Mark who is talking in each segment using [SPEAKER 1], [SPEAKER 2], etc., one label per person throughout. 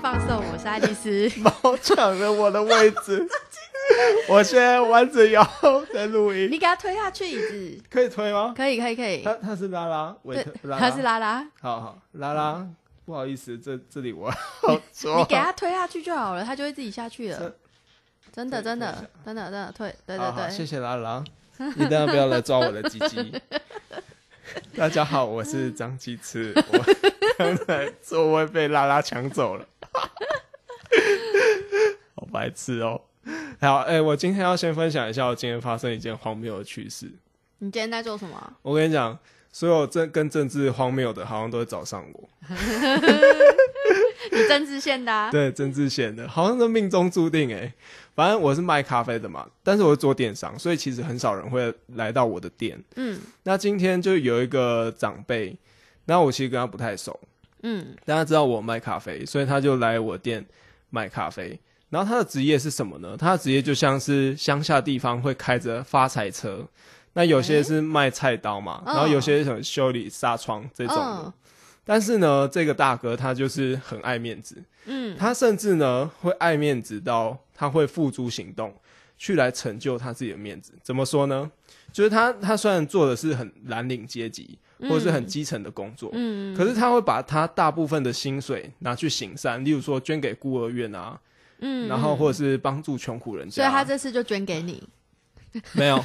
[SPEAKER 1] 放送，我是爱丽丝。
[SPEAKER 2] 猫抢了我的位置，我现在弯着腰在录
[SPEAKER 1] 你
[SPEAKER 2] 音，
[SPEAKER 1] 给他推下去椅子，
[SPEAKER 2] 可以推吗？
[SPEAKER 1] 可以，可以，可以
[SPEAKER 2] 他。他是拉拉，维
[SPEAKER 1] 对
[SPEAKER 2] 特，拉拉，
[SPEAKER 1] 他是拉拉，
[SPEAKER 2] 好好拉拉，不好意思，这这里 我好做，
[SPEAKER 1] 你给他推下去就好了，他就会自己下去了
[SPEAKER 2] 这。
[SPEAKER 1] 真的，
[SPEAKER 2] 对
[SPEAKER 1] 真
[SPEAKER 2] 推
[SPEAKER 1] 的，真的，真的退，对
[SPEAKER 2] 好
[SPEAKER 1] 对
[SPEAKER 2] 好，谢
[SPEAKER 1] 对。
[SPEAKER 2] 谢 拉拉，一定要不要来抓我的鸡鸡。大家好，我是张鸡 翅，我刚才座位被拉拉抢走了， 好白痴哦。好，哎、我今天要先分享一下我今天发生一件荒谬的趣事。
[SPEAKER 1] 你今天在做什么啊？
[SPEAKER 2] 我跟你讲，所有政跟政治荒谬的，好像都会找上我。
[SPEAKER 1] 你政治线的啊？
[SPEAKER 2] 对，政治线的，好像是命中注定哎、反正我是卖咖啡的嘛，但是我是做电商，所以其实很少人会来到我的店。
[SPEAKER 1] 嗯
[SPEAKER 2] 那今天就有一个长辈，那我其实跟他不太熟，
[SPEAKER 1] 嗯，
[SPEAKER 2] 但他知道我卖咖啡，所以他就来我店买咖啡。然后他的职业是什么呢？他的职业就像是乡下地方会开着发财车，那有些是卖菜刀嘛，
[SPEAKER 1] 哎嗯
[SPEAKER 2] 然后有些是修理纱窗这种的。
[SPEAKER 1] 嗯
[SPEAKER 2] 但是呢，这个大哥他就是很爱面子，
[SPEAKER 1] 嗯，
[SPEAKER 2] 他甚至呢会爱面子到他会付诸行动，去来成就他自己的面子。怎么说呢？就是他他虽然做的是很蓝领阶级或者是很基层的工作，
[SPEAKER 1] 嗯，
[SPEAKER 2] 可是他会把他大部分的薪水拿去行善，例如说捐给孤儿院啊，
[SPEAKER 1] 嗯，
[SPEAKER 2] 然后或者是帮助穷苦人
[SPEAKER 1] 所
[SPEAKER 2] 家
[SPEAKER 1] 以
[SPEAKER 2] 啊、
[SPEAKER 1] 他这次就捐给你。
[SPEAKER 2] 没 有。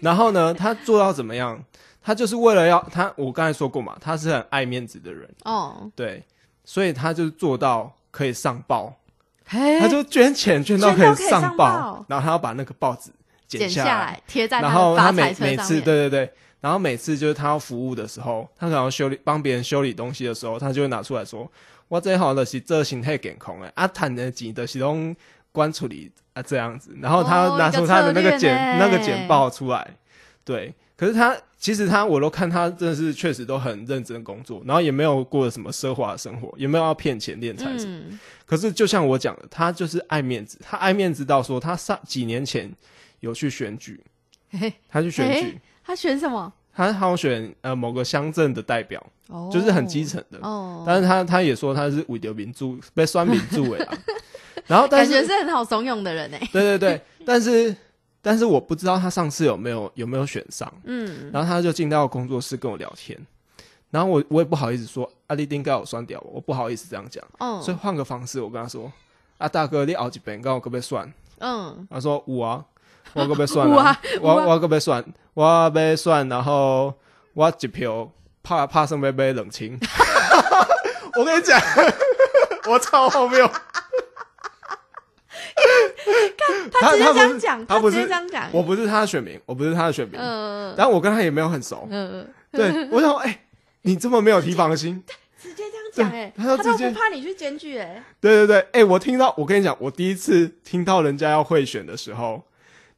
[SPEAKER 2] 然后呢，他做到怎么样？他就是为了要他，我刚才说过嘛，他是很爱面子的人，
[SPEAKER 1] 哦，
[SPEAKER 2] 对，所以他就是做到可以上报，
[SPEAKER 1] 嘿
[SPEAKER 2] 他就捐钱捐到
[SPEAKER 1] 捐到
[SPEAKER 2] 以
[SPEAKER 1] 可以上
[SPEAKER 2] 报
[SPEAKER 1] 报，
[SPEAKER 2] 然后他要把那个报纸
[SPEAKER 1] 剪
[SPEAKER 2] 下
[SPEAKER 1] 下来贴在
[SPEAKER 2] 然
[SPEAKER 1] 他的
[SPEAKER 2] 后他
[SPEAKER 1] 发
[SPEAKER 2] 每
[SPEAKER 1] 财车
[SPEAKER 2] 每
[SPEAKER 1] 上
[SPEAKER 2] 次对
[SPEAKER 1] 面。
[SPEAKER 2] 对对，然后每次就是他要服务的时候，他可能要修理帮别人修理东西的时候，他就会拿出来说：“我这好的是这心态健康诶，啊，谈的几的是用关处理啊这样子。”然后他
[SPEAKER 1] 哦
[SPEAKER 2] 拿
[SPEAKER 1] 一个
[SPEAKER 2] 出他的
[SPEAKER 1] 策
[SPEAKER 2] 那个
[SPEAKER 1] 略
[SPEAKER 2] 简、那个
[SPEAKER 1] 呢
[SPEAKER 2] 简报出来，对。可是他其实他我都看他真的是确实都很认真工作，然后也没有过什么奢华的生活，也没有要骗钱敛财什么的
[SPEAKER 1] 嗯，
[SPEAKER 2] 可是就像我讲的，他就是爱面子，他爱面子到说他上几年前有去选举
[SPEAKER 1] 嘿嘿，
[SPEAKER 2] 他去选举，
[SPEAKER 1] 他选什么？
[SPEAKER 2] 他好像选呃某个乡镇的代表，
[SPEAKER 1] 哦，
[SPEAKER 2] 就是很基层的。
[SPEAKER 1] 哦，
[SPEAKER 2] 但是他他也说他是五流民主被酸民主 诶啊，然后但
[SPEAKER 1] 感觉
[SPEAKER 2] 是
[SPEAKER 1] 是很好怂恿的人哎。
[SPEAKER 2] 对对对，但是但是我不知道他上次有没有有没有选上，
[SPEAKER 1] 嗯，
[SPEAKER 2] 然后他就进到工作室跟我聊天，然后我我也不好意思说阿丽丁该有酸掉我，我不好意思这样讲，所
[SPEAKER 1] 嗯
[SPEAKER 2] 以换个方式我跟他说啊大哥你熬几遍，告我可不可以算？
[SPEAKER 1] 嗯，
[SPEAKER 2] 他说 有啊，我个要选
[SPEAKER 1] 有
[SPEAKER 2] 啊
[SPEAKER 1] 啊，
[SPEAKER 2] 我
[SPEAKER 1] 有啊
[SPEAKER 2] 我个要选，我要选，然后我一票拍拍算要买冷 清。我跟你讲， 我超荒谬。
[SPEAKER 1] 他直接这
[SPEAKER 2] 不
[SPEAKER 1] 样
[SPEAKER 2] 是
[SPEAKER 1] 讲，
[SPEAKER 2] 他
[SPEAKER 1] 直
[SPEAKER 2] 不
[SPEAKER 1] 接
[SPEAKER 2] 是
[SPEAKER 1] 这，样讲。
[SPEAKER 2] 我不是他的选民，我不是他的选民，
[SPEAKER 1] 嗯
[SPEAKER 2] 然后我跟他也没有很熟。
[SPEAKER 1] 嗯，
[SPEAKER 2] 对，我想说，哎，你这么没有提防心？
[SPEAKER 1] 直接这样讲哎，
[SPEAKER 2] 对
[SPEAKER 1] 他
[SPEAKER 2] 他就
[SPEAKER 1] 都
[SPEAKER 2] 直接
[SPEAKER 1] 不怕你去检举哎。
[SPEAKER 2] 对对对，哎、我听到，我跟你讲，我第一次听到人家要贿选的时候，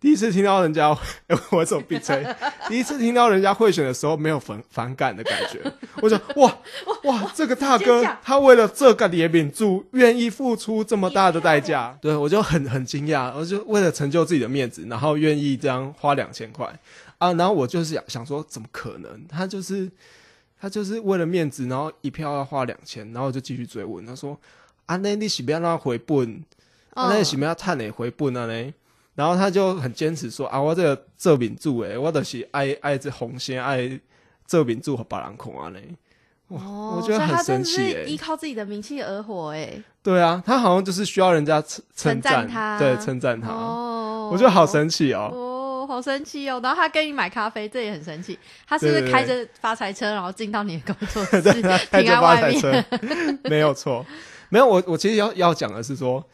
[SPEAKER 2] 第一次听到人家， 哎、我怎么闭嘴？第一次听到人家贿选的时候，没有反反感的感觉，我就哇哇，这个大
[SPEAKER 1] 直接
[SPEAKER 2] 哥
[SPEAKER 1] 讲
[SPEAKER 2] 他为了这个连名柱，愿意付出这么大的代价，对我就很很惊讶，我就为了成就自己的面子，然后愿意这样花两千块啊，然后我就是想想说，怎么可能？他就是。他就是为了面子，然后一票要花两千，然后我就继续追问。他说：“啊，那你是不要让他回本？啊，那你是
[SPEAKER 1] 嗯，
[SPEAKER 2] 不要探你回本啊呢？”然后他就很坚持说：“啊，我这个做民主诶，我就是爱爱这红线，爱做民主和别人看啊呢。
[SPEAKER 1] 哦
[SPEAKER 2] 我觉得
[SPEAKER 1] 所以
[SPEAKER 2] 很
[SPEAKER 1] 他真的
[SPEAKER 2] 生气
[SPEAKER 1] 是
[SPEAKER 2] 哎
[SPEAKER 1] 依靠自己的名气而活哎。”
[SPEAKER 2] 对啊，他好像就是需要人家称称
[SPEAKER 1] 称赞
[SPEAKER 2] 赞
[SPEAKER 1] 他
[SPEAKER 2] 对，称赞他。
[SPEAKER 1] 哦，
[SPEAKER 2] 我觉得好神奇哦。
[SPEAKER 1] 哦，好生气哦！然后他跟你买咖啡，这也很生气。他是不
[SPEAKER 2] 对
[SPEAKER 1] 是
[SPEAKER 2] 对对
[SPEAKER 1] 开着发财车，然后进到你的工作室，
[SPEAKER 2] 对，他开
[SPEAKER 1] 停
[SPEAKER 2] 着
[SPEAKER 1] 在
[SPEAKER 2] 发
[SPEAKER 1] 外
[SPEAKER 2] 财
[SPEAKER 1] 面？
[SPEAKER 2] 车， 没有错。没有，我我其实要要讲的是说，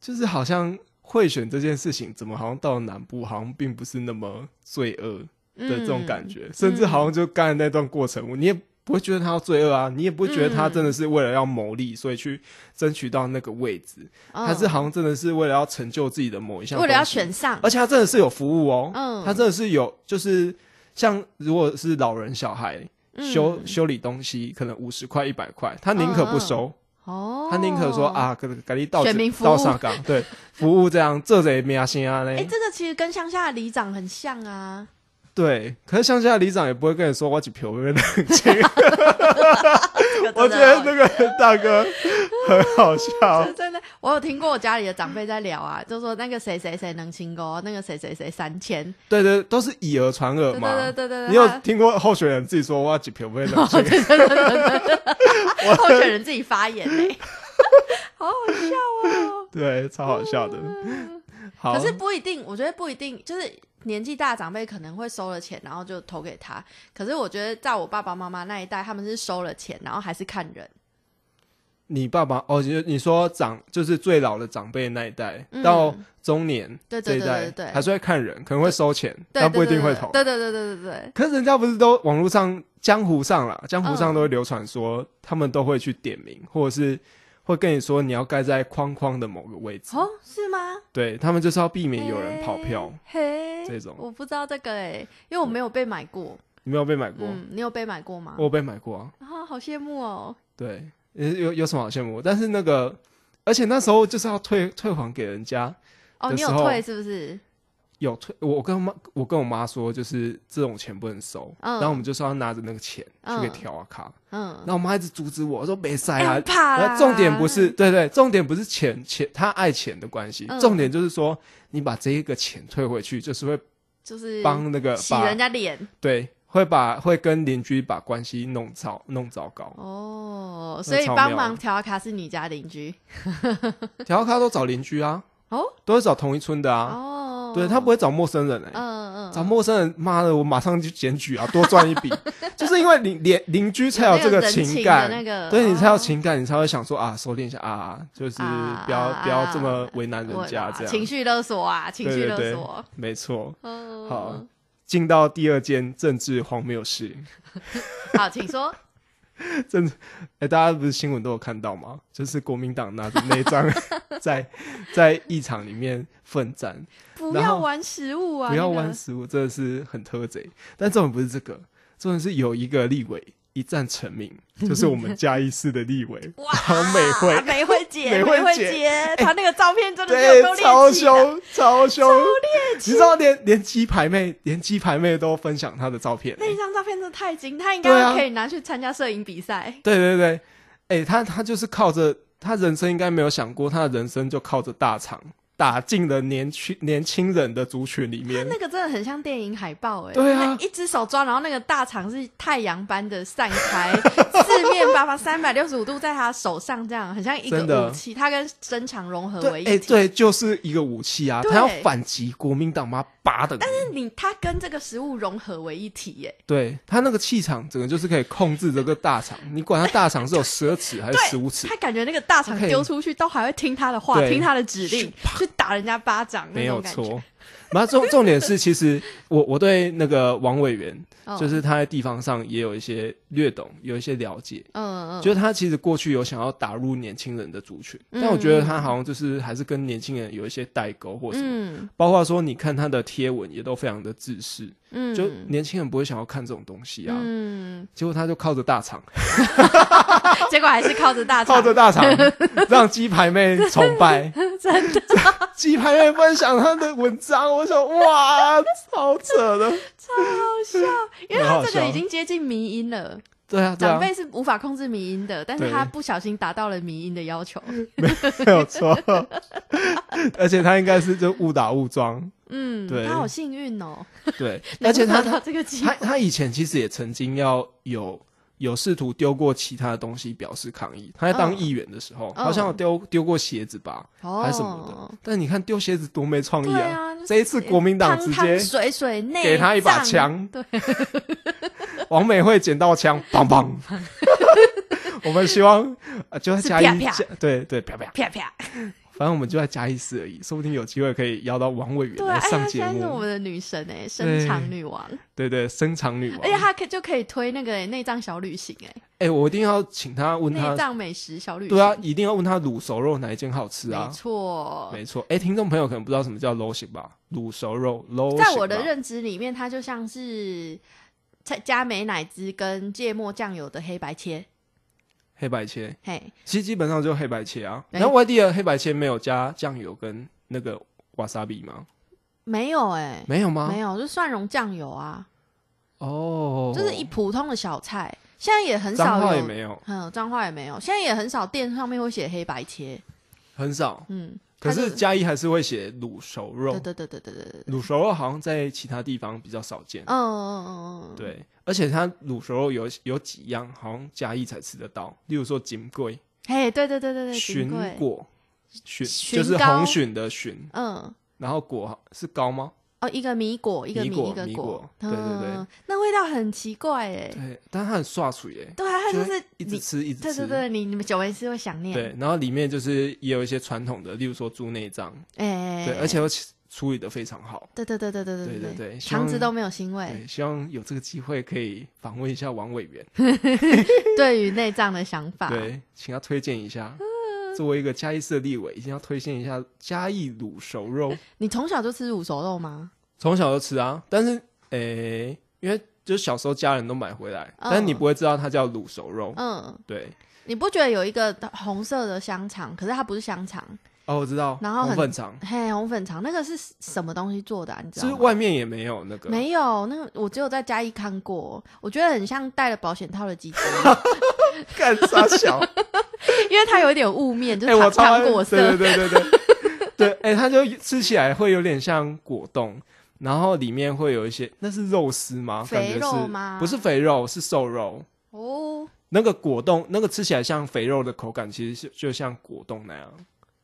[SPEAKER 2] 就是好像贿选这件事情，怎么好像到南部好像并不是那么罪恶。
[SPEAKER 1] 嗯
[SPEAKER 2] 的这种感觉，甚至好像就刚才那段过程，你也不会觉得他要罪恶啊，
[SPEAKER 1] 嗯
[SPEAKER 2] 你也不会觉得他真的是为了要谋利，所以去争取到那个位置，
[SPEAKER 1] 嗯，
[SPEAKER 2] 他是好像真的是为了要成就自己的某一项，
[SPEAKER 1] 为了要，选上，
[SPEAKER 2] 而且他真的是有服务哦，
[SPEAKER 1] 嗯
[SPEAKER 2] 他真的是有，就是像如果是老人小孩。
[SPEAKER 1] 嗯
[SPEAKER 2] 修修理东西可能五十块一百块，他宁可不收，
[SPEAKER 1] 哦，
[SPEAKER 2] 他宁可说，啊，给给你到
[SPEAKER 1] 选民服务
[SPEAKER 2] 到上岗， 对，服务这样，这贼没啊心啊
[SPEAKER 1] 哎、
[SPEAKER 2] 嘞，
[SPEAKER 1] 这个其实跟乡下的里长很像啊，
[SPEAKER 2] 对，可是乡下的里长也不会跟你说我几票，我会冷静。我觉得
[SPEAKER 1] 真的
[SPEAKER 2] 那个大哥很好笑
[SPEAKER 1] 是，真的，我有听过我家里的长辈在聊
[SPEAKER 2] 嗯
[SPEAKER 1] 啊，就说那个谁谁谁能清高，那个谁谁谁三千，
[SPEAKER 2] 对对，都是以讹传讹
[SPEAKER 1] 对
[SPEAKER 2] 嘛。
[SPEAKER 1] 对对对对，
[SPEAKER 2] 呃你有
[SPEAKER 1] 他
[SPEAKER 2] 听过候选人自己说我几票，我 会冷静？
[SPEAKER 1] 候选人自己发言呢、 好好笑哦。
[SPEAKER 2] 对，超好笑的。好，
[SPEAKER 1] 嗯可是不一定，我觉得不一定，就是年纪大的长辈可能会收了钱，然后就投给他。可是我觉得，在我爸爸妈妈那一代，他们是收了钱，然后还是看人。
[SPEAKER 2] 你爸爸哦，你你说长就是最老的长辈那一代、
[SPEAKER 1] 嗯
[SPEAKER 2] 到中年
[SPEAKER 1] 对
[SPEAKER 2] 这
[SPEAKER 1] 对
[SPEAKER 2] 一
[SPEAKER 1] 对
[SPEAKER 2] 代，
[SPEAKER 1] 对对
[SPEAKER 2] 还是会看人，可能会收钱，
[SPEAKER 1] 对，
[SPEAKER 2] 但不一
[SPEAKER 1] 对
[SPEAKER 2] 定会投。
[SPEAKER 1] 对对对对对对
[SPEAKER 2] 可是人家不是都网络上、江湖上啦，江湖上
[SPEAKER 1] 嗯
[SPEAKER 2] 都会流传说、他们都会去点名，或者是会跟你说你要盖在框框的某个位置。
[SPEAKER 1] 对，哦，是吗？
[SPEAKER 2] 对他们就是要避免有人跑票。
[SPEAKER 1] 嘿，嘿
[SPEAKER 2] 这种
[SPEAKER 1] 我不知道这个哎、因为我没有被买过。
[SPEAKER 2] 你没有被买过？
[SPEAKER 1] 嗯，你有被买过吗
[SPEAKER 2] 我？有被买过啊。
[SPEAKER 1] 啊，好羡慕哦。
[SPEAKER 2] 对，有有有什么好羡慕？但是那个，而且那时候就是要退退还给人家，
[SPEAKER 1] 哦，
[SPEAKER 2] 的
[SPEAKER 1] 你有
[SPEAKER 2] 时候
[SPEAKER 1] 退是不是？
[SPEAKER 2] 有退，我我跟我妈，我跟我妈说，就是这种钱不能收，
[SPEAKER 1] 嗯
[SPEAKER 2] 然后我们就是要拿着那个钱去给
[SPEAKER 1] 嗯
[SPEAKER 2] 调啊卡，
[SPEAKER 1] 嗯
[SPEAKER 2] 然，后我妈一直阻止我，说没塞
[SPEAKER 1] 哎
[SPEAKER 2] 啊
[SPEAKER 1] 很。怕
[SPEAKER 2] 然
[SPEAKER 1] 啦。
[SPEAKER 2] 后重点不是，对对，重点不是钱钱，她爱钱的关系，
[SPEAKER 1] 嗯
[SPEAKER 2] 重点就是说你把这一个钱退回去，就是会
[SPEAKER 1] 就是
[SPEAKER 2] 帮那个
[SPEAKER 1] 嗯洗
[SPEAKER 2] 把
[SPEAKER 1] 人家脸
[SPEAKER 2] 对，会把会跟邻居把关系弄糟弄糟糕，
[SPEAKER 1] 哦，
[SPEAKER 2] 那
[SPEAKER 1] 所以
[SPEAKER 2] 超
[SPEAKER 1] 帮
[SPEAKER 2] 妙
[SPEAKER 1] 忙
[SPEAKER 2] 的
[SPEAKER 1] 调卡是你家邻居
[SPEAKER 2] 调啊卡都找邻居啊，
[SPEAKER 1] 哦
[SPEAKER 2] 都是找同一村的啊，
[SPEAKER 1] 哦，
[SPEAKER 2] 对他不会找陌生人哎、
[SPEAKER 1] 嗯嗯
[SPEAKER 2] 找
[SPEAKER 1] 嗯，
[SPEAKER 2] 陌生人，妈的，我马上就检举啊，多赚一 笔，就是因为邻邻邻居才
[SPEAKER 1] 有
[SPEAKER 2] 这个
[SPEAKER 1] 人
[SPEAKER 2] 情
[SPEAKER 1] 的
[SPEAKER 2] 感，
[SPEAKER 1] 那个
[SPEAKER 2] 对你才有
[SPEAKER 1] 哦
[SPEAKER 2] 情感，你才会想说啊，收敛一下啊，就是
[SPEAKER 1] 啊
[SPEAKER 2] 不要、
[SPEAKER 1] 啊
[SPEAKER 2] 不要
[SPEAKER 1] 啊
[SPEAKER 2] 这么为难人
[SPEAKER 1] 我
[SPEAKER 2] 家
[SPEAKER 1] 啊
[SPEAKER 2] 这样，
[SPEAKER 1] 情绪勒索啊，情绪
[SPEAKER 2] 对
[SPEAKER 1] 勒
[SPEAKER 2] 对
[SPEAKER 1] 索，
[SPEAKER 2] 没错。
[SPEAKER 1] 嗯，
[SPEAKER 2] 好，进到第二件政治荒谬事，
[SPEAKER 1] 好，请说，
[SPEAKER 2] 哎、大家不是新闻都有看到吗？就是国民党拿着那一 张在在议场里面奋战，
[SPEAKER 1] 不
[SPEAKER 2] 然
[SPEAKER 1] 要
[SPEAKER 2] 后
[SPEAKER 1] 玩食物啊，
[SPEAKER 2] 不要
[SPEAKER 1] 那个
[SPEAKER 2] 玩食物，真的是很特贼。但重点不是这个，重点是有一个立委一战成名，就是我们嘉义市的立委
[SPEAKER 1] 哇
[SPEAKER 2] 唐美惠，
[SPEAKER 1] 美惠姐，
[SPEAKER 2] 美惠
[SPEAKER 1] 美惠
[SPEAKER 2] 姐
[SPEAKER 1] 姐，她那个照片真的是
[SPEAKER 2] 对
[SPEAKER 1] 有够，
[SPEAKER 2] 超
[SPEAKER 1] 猎奇啊的，
[SPEAKER 2] 凶，超凶，你知道连连鸡排妹，连鸡排妹都分享她的照片、欸
[SPEAKER 1] 那一张照片真的太精，她应
[SPEAKER 2] 对啊
[SPEAKER 1] 该可以拿去参加摄影比赛，
[SPEAKER 2] 对对对，哎、她她就是靠着她人生应该没有想过，她的人生就靠着大厂打进了年轻年轻人的族群里面。
[SPEAKER 1] 那个真的很像电影海报哎、欸，
[SPEAKER 2] 对啊
[SPEAKER 1] 那一只手抓，然后那个大肠是太阳般的散开，四面八方三百六十五度在他手上，这样很像一
[SPEAKER 2] 真的
[SPEAKER 1] 个武器，它跟身长融合为一
[SPEAKER 2] 对，哎、
[SPEAKER 1] 体。
[SPEAKER 2] 对，就是一个武器啊！
[SPEAKER 1] 对
[SPEAKER 2] 他要反击国民党妈八等。但
[SPEAKER 1] 但是你它跟这个食物融合为一体耶、
[SPEAKER 2] 对他那个气场，整个就是可以控制这个大肠。你管他大肠是有十二尺还是十五尺
[SPEAKER 1] 欸，，他感觉那个大肠
[SPEAKER 2] OK
[SPEAKER 1] 丢出去都还会听他的话，
[SPEAKER 2] 对
[SPEAKER 1] 听他的指令，去打人家巴掌，
[SPEAKER 2] 没
[SPEAKER 1] 那
[SPEAKER 2] 有
[SPEAKER 1] 种感觉。
[SPEAKER 2] 错。然后重重点是，其实我我对那个王委员，
[SPEAKER 1] 哦
[SPEAKER 2] 就是他在地方上也有一些略懂，有一些了解。
[SPEAKER 1] 嗯嗯嗯，
[SPEAKER 2] 就是他其实过去有想要打入年轻人的族群，
[SPEAKER 1] 嗯
[SPEAKER 2] 但我觉得他好像就是还是跟年轻人有一些代沟或什么，
[SPEAKER 1] 嗯
[SPEAKER 2] 包括说你看他的贴文也都非常的自私，
[SPEAKER 1] 嗯，
[SPEAKER 2] 就年轻人不会想要看这种东西啊。
[SPEAKER 1] 嗯，
[SPEAKER 2] 结果他就靠着大厂，
[SPEAKER 1] 结果还是靠着大肠，
[SPEAKER 2] 靠着大厂， 让鸡排妹崇拜，
[SPEAKER 1] 真的
[SPEAKER 2] 鸡排妹分享她的文章，我想哇，超扯的。
[SPEAKER 1] 超好笑，因为
[SPEAKER 2] 很
[SPEAKER 1] 他
[SPEAKER 2] 好
[SPEAKER 1] 这个
[SPEAKER 2] 笑
[SPEAKER 1] 已经接近迷音了。
[SPEAKER 2] 对啊，对
[SPEAKER 1] 长
[SPEAKER 2] 啊，
[SPEAKER 1] 辈是无法控制迷音的，但是
[SPEAKER 2] 对
[SPEAKER 1] 他不小心达到了迷音的要求。
[SPEAKER 2] 没有 错。而且他应该是就误打误撞，
[SPEAKER 1] 嗯，
[SPEAKER 2] 对
[SPEAKER 1] 他好幸运哦，
[SPEAKER 2] 对。
[SPEAKER 1] 能
[SPEAKER 2] 而且
[SPEAKER 1] 够
[SPEAKER 2] 他
[SPEAKER 1] 得到这个机
[SPEAKER 2] 他
[SPEAKER 1] 会。
[SPEAKER 2] 他以前其实也曾经要有有试图丢过其他的东西表示抗议。他在当
[SPEAKER 1] 嗯
[SPEAKER 2] 议员的时候，
[SPEAKER 1] 嗯
[SPEAKER 2] 好像有丢丢过鞋子吧，
[SPEAKER 1] 哦
[SPEAKER 2] 还是什么的。但你看丢鞋子多没创意
[SPEAKER 1] 对啊，就是
[SPEAKER 2] 这一次国民党直
[SPEAKER 1] 汤汤
[SPEAKER 2] 接
[SPEAKER 1] 水水内
[SPEAKER 2] 给他一把
[SPEAKER 1] 脏
[SPEAKER 2] 枪
[SPEAKER 1] 对，
[SPEAKER 2] 王美惠捡到枪，棒棒。我们希望呃就在嘉
[SPEAKER 1] 是啪
[SPEAKER 2] 义
[SPEAKER 1] 啪
[SPEAKER 2] 嘉，对对啪啪，
[SPEAKER 1] 啪啪。
[SPEAKER 2] 反正我们就在嘉义市而已，说不定有机会可以邀到王委员
[SPEAKER 1] 对啊，
[SPEAKER 2] 来
[SPEAKER 1] 哎，
[SPEAKER 2] 上
[SPEAKER 1] 她
[SPEAKER 2] 节
[SPEAKER 1] 现在是我
[SPEAKER 2] 目。
[SPEAKER 1] 们的女神哎，深藏女王，
[SPEAKER 2] 对对，深藏女王。
[SPEAKER 1] 而且她可就可以推那个哎内脏小旅行哎，
[SPEAKER 2] 哎，我一定要请他问
[SPEAKER 1] 内
[SPEAKER 2] 他，
[SPEAKER 1] 脏美食小旅行。
[SPEAKER 2] 对啊，，一定要问他卤熟肉哪一间好吃
[SPEAKER 1] 没
[SPEAKER 2] 啊？
[SPEAKER 1] 错。
[SPEAKER 2] 没错，哎，听众朋友可能不知道什么叫 low 型吧？卤熟肉 low，
[SPEAKER 1] 在我的认知里面，它就像是加加美乃滋跟芥末酱油的黑白切，
[SPEAKER 2] 黑白切，
[SPEAKER 1] 嘿，
[SPEAKER 2] 其实基本上就是黑白切啊。
[SPEAKER 1] 哎
[SPEAKER 2] 然后外地的黑白切没有加酱油跟那个瓦萨比吗？
[SPEAKER 1] 没有哎、
[SPEAKER 2] 没有吗？
[SPEAKER 1] 没有，就蒜蓉酱油啊，
[SPEAKER 2] 哦，
[SPEAKER 1] 就是一普通的小菜。现在也很
[SPEAKER 2] 脏
[SPEAKER 1] 少
[SPEAKER 2] 话也
[SPEAKER 1] 有，
[SPEAKER 2] 没有，
[SPEAKER 1] 嗯，脏话也没有，现在也很少店上面会写黑白切，
[SPEAKER 2] 很少。
[SPEAKER 1] 嗯，
[SPEAKER 2] 可
[SPEAKER 1] 它就是
[SPEAKER 2] 嘉义还是会写卤熟肉
[SPEAKER 1] 对，对对对对对对对，
[SPEAKER 2] 卤熟肉好像在其他地方比较少见
[SPEAKER 1] 嗯。嗯嗯嗯，嗯，
[SPEAKER 2] 对，而且它卤熟肉有有几样，好像嘉义才吃得到，例如说锦桂、
[SPEAKER 1] 嘿，对对对对对，
[SPEAKER 2] 鲟
[SPEAKER 1] 锦贵，
[SPEAKER 2] 果、鲟
[SPEAKER 1] 鲟
[SPEAKER 2] 就是
[SPEAKER 1] 糕
[SPEAKER 2] 红鲟的鲟，
[SPEAKER 1] 嗯，
[SPEAKER 2] 然后果是糕吗？
[SPEAKER 1] 哦，一个米果，一个
[SPEAKER 2] 米
[SPEAKER 1] 米，
[SPEAKER 2] 果
[SPEAKER 1] 一个
[SPEAKER 2] 米
[SPEAKER 1] 果
[SPEAKER 2] 果，对对对
[SPEAKER 1] 嗯，那味道很奇怪哎，
[SPEAKER 2] 对，但它很刷嘴耶，
[SPEAKER 1] 对啊，它
[SPEAKER 2] 就
[SPEAKER 1] 就是
[SPEAKER 2] 一直
[SPEAKER 1] 你，
[SPEAKER 2] 吃一直
[SPEAKER 1] 对对
[SPEAKER 2] 吃。
[SPEAKER 1] 对，你你们久违是会想念，
[SPEAKER 2] 对，然后里面就是也有一些传统的，例如说猪内脏，
[SPEAKER 1] 哎，
[SPEAKER 2] 对，而且又处理的非常好。
[SPEAKER 1] 对对对对对
[SPEAKER 2] 对
[SPEAKER 1] 对
[SPEAKER 2] 对对希
[SPEAKER 1] 肠子
[SPEAKER 2] 望
[SPEAKER 1] 都没有腥味。
[SPEAKER 2] 对，希望有这个机会可以访问一下王委员，
[SPEAKER 1] 对于内脏的想法，
[SPEAKER 2] 对，请他推荐一下。
[SPEAKER 1] 嗯
[SPEAKER 2] 作为一个嘉义市的立委，一定要推荐一下嘉义卤熟肉。
[SPEAKER 1] 你从小就吃卤熟肉吗？
[SPEAKER 2] 从小就吃啊，但是诶、因为就是小时候家人都买回来，
[SPEAKER 1] 嗯
[SPEAKER 2] 但是你不会知道它叫卤熟肉。
[SPEAKER 1] 嗯，
[SPEAKER 2] 对，
[SPEAKER 1] 你不觉得有一个红色的香肠，可是它不是香肠，
[SPEAKER 2] 哦，我知道，
[SPEAKER 1] 然后很
[SPEAKER 2] 红粉肠，
[SPEAKER 1] 嘿，红粉肠那个是什么东西做的、啊？你知
[SPEAKER 2] 就是
[SPEAKER 1] 道吗？
[SPEAKER 2] 外面也没有那个，
[SPEAKER 1] 没有，那个我只有在嘉义看过，我觉得很像戴了保险套的鸡 鸡，
[SPEAKER 2] 干啥小？
[SPEAKER 1] 因为它有一点雾面， 就
[SPEAKER 2] 哎、
[SPEAKER 1] 是
[SPEAKER 2] 我
[SPEAKER 1] 糖
[SPEAKER 2] 超
[SPEAKER 1] 糖
[SPEAKER 2] 爱
[SPEAKER 1] 果色。
[SPEAKER 2] 对对对对 对对，哎、它就吃起来会有点像果冻，然后里面会有一些，那是肉丝吗？感觉
[SPEAKER 1] 肥肉
[SPEAKER 2] 是
[SPEAKER 1] 吗
[SPEAKER 2] 不是肥肉，是瘦肉。
[SPEAKER 1] 哦，
[SPEAKER 2] 那个果冻，那个吃起来像肥肉的口感，其实是就像果冻那样。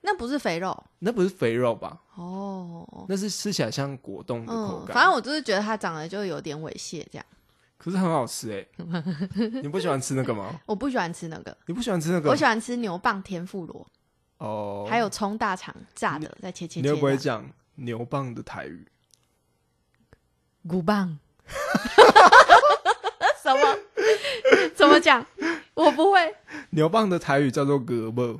[SPEAKER 1] 那不是肥肉
[SPEAKER 2] 那不是肥肉吧？
[SPEAKER 1] 哦。
[SPEAKER 2] 那是吃起来像果冻的口
[SPEAKER 1] 嗯，
[SPEAKER 2] 感。
[SPEAKER 1] 反正我就是觉得它长得就有点猥亵这样，
[SPEAKER 2] 可是很好吃 哎、你不喜欢吃那个吗？
[SPEAKER 1] 我不喜欢吃那个，
[SPEAKER 2] 你不喜欢吃那个？
[SPEAKER 1] 我喜欢吃牛蒡天妇罗，
[SPEAKER 2] 哦，
[SPEAKER 1] 还有葱大肠炸的，再切切
[SPEAKER 2] 你
[SPEAKER 1] 切
[SPEAKER 2] 会不会
[SPEAKER 1] 的，
[SPEAKER 2] 讲牛蒡的台语？
[SPEAKER 1] 骨棒， 什么？怎么讲？我不会，
[SPEAKER 2] 牛蒡的台语叫做格蚵，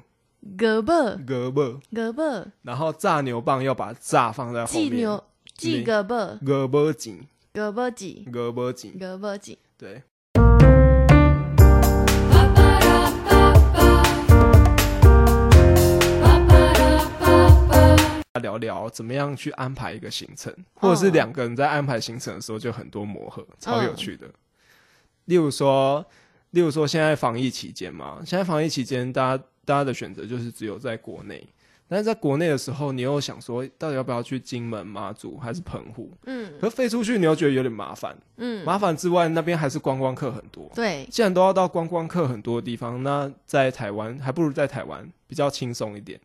[SPEAKER 1] 胳膊
[SPEAKER 2] 格蚵。
[SPEAKER 1] 胳膊，
[SPEAKER 2] 然后炸牛蒡要把炸放在后
[SPEAKER 1] 系
[SPEAKER 2] 面。
[SPEAKER 1] 牛系
[SPEAKER 2] 你
[SPEAKER 1] 胳膊，
[SPEAKER 2] 胳膊紧，
[SPEAKER 1] 胳膊几，
[SPEAKER 2] 胳膊紧，
[SPEAKER 1] 胳膊几。
[SPEAKER 2] 对。聊聊怎么样去安排一个行程，或者是
[SPEAKER 1] 嗯
[SPEAKER 2] 两个人在安排行程的时候就很多磨合，超有
[SPEAKER 1] 嗯
[SPEAKER 2] 趣的。例如说，例如说现在防疫期间嘛，现在防疫期间大家大家的选择就是只有在国内，但是在国内的时候，你又想说到底要不要去金门、马祖还是澎湖？
[SPEAKER 1] 嗯
[SPEAKER 2] 可是飞出去你又觉得有点麻烦，
[SPEAKER 1] 嗯，
[SPEAKER 2] 麻烦之外，那边还是观光客很多。
[SPEAKER 1] 对，
[SPEAKER 2] 既然都要到观光客很多的地方，那在台湾还不如在台湾比较轻松一点。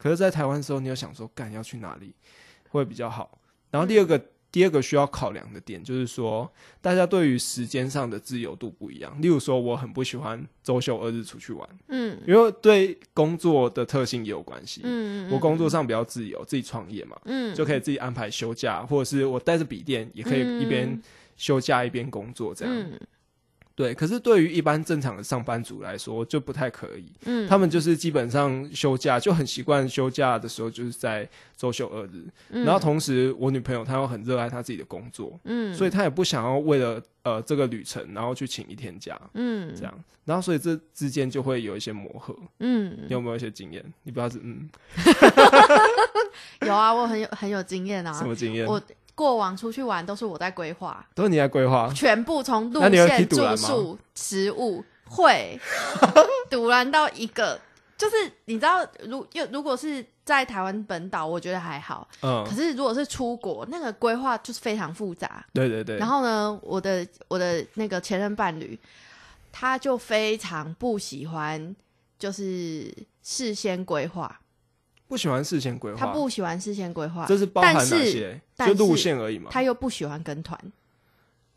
[SPEAKER 2] 可是，在台湾的时候，你有想说，干要去哪里会比较好？然后第二个，
[SPEAKER 1] 嗯
[SPEAKER 2] 第二个需要考量的点就是说，大家对于时间上的自由度不一样。例如说，我很不喜欢周休二日出去玩，
[SPEAKER 1] 嗯
[SPEAKER 2] 因为对工作的特性也有关系。
[SPEAKER 1] 嗯，嗯
[SPEAKER 2] 我工作，上比较自由，自己创业嘛，
[SPEAKER 1] 嗯，嗯
[SPEAKER 2] 就可
[SPEAKER 1] 以
[SPEAKER 2] 以自己安排休假，或者是我带着笔电也可以一边休假一边工作这样。
[SPEAKER 1] 嗯
[SPEAKER 2] 对，可是对于一般正常的上班族来说，就不太可以。
[SPEAKER 1] 嗯，
[SPEAKER 2] 他们就是基本上休假就很习惯，休假的时候就是在周休二日。
[SPEAKER 1] 嗯
[SPEAKER 2] 然后同时，我女朋友她又很热爱她自己的工作，
[SPEAKER 1] 嗯，
[SPEAKER 2] 所以
[SPEAKER 1] 以
[SPEAKER 2] 她也不想要为了呃这个旅程，然后去请一天假
[SPEAKER 1] 嗯
[SPEAKER 2] 这样。然后所以这之间就会有一些磨合。
[SPEAKER 1] 嗯
[SPEAKER 2] 你有没有一些经验？你不要是嗯
[SPEAKER 1] 有啊，我很有很有经验啊
[SPEAKER 2] 什，么经验？
[SPEAKER 1] 我过往出去玩都是我在规划，
[SPEAKER 2] 都是你来规划。
[SPEAKER 1] 全部从路
[SPEAKER 2] 那你有踢
[SPEAKER 1] 线、
[SPEAKER 2] 赌
[SPEAKER 1] 住
[SPEAKER 2] 篮吗
[SPEAKER 1] 宿、食物会堵拦到一个，就是你知道，如又如果是在台湾本岛，我觉得还好，
[SPEAKER 2] 嗯
[SPEAKER 1] 可，是如果是出国，那个规划就是非常复杂。
[SPEAKER 2] 对对对
[SPEAKER 1] 然。后呢，我的我的那个前任伴侣，他就非常不喜欢，就是事先规划，
[SPEAKER 2] 不喜欢事先规
[SPEAKER 1] 他
[SPEAKER 2] 划，
[SPEAKER 1] 不喜欢事先规划，
[SPEAKER 2] 这是包含哪
[SPEAKER 1] 但是
[SPEAKER 2] 些？
[SPEAKER 1] 但是
[SPEAKER 2] 就路线而已嘛。
[SPEAKER 1] 他又不喜欢跟团。